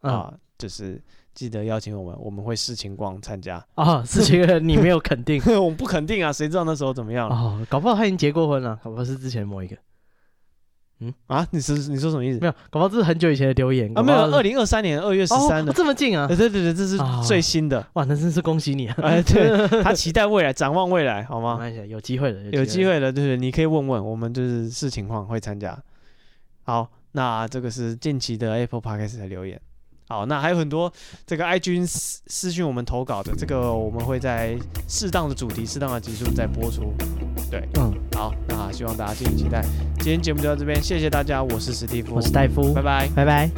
Speaker 2: 啊
Speaker 1: 啊，就是记得邀请我们，我们会视情况参加。
Speaker 2: 啊， 是这个你没有肯 定
Speaker 1: 我们不肯定啊，谁知道那时候怎么样了
Speaker 2: 哦，搞不好他已经结过婚了，搞不好是之前某一个，
Speaker 1: 啊？你是你说什么意思
Speaker 2: 没？有，搞不好这是很久以前的留言
Speaker 1: 啊，没有，二
Speaker 2: 零
Speaker 1: 零二三年二月十三的。
Speaker 2: 这么近啊
Speaker 1: 呃！对对对，这是
Speaker 2: 啊
Speaker 1: 最新 的。
Speaker 2: 哇，那真是恭喜你啊！
Speaker 1: 哎， 对，他期待未来，展望未来，好
Speaker 2: 没
Speaker 1: 吗？
Speaker 2: 关系，有机会的，
Speaker 1: 有机。会的，对对，你可以问问我们，就是视情况会参加。好，那这个是近期的 Apple Podcast 的留言。好，那还有很多这个 IG 私私讯我们投稿的，这个我们会在适当的主题、适当的集数再播出。
Speaker 2: 嗯，
Speaker 1: 好，那希望大家敬请期待。今天节目就到这边，谢谢大家，我是史蒂夫
Speaker 2: 我，是戴夫
Speaker 1: 拜，拜。
Speaker 2: 拜拜。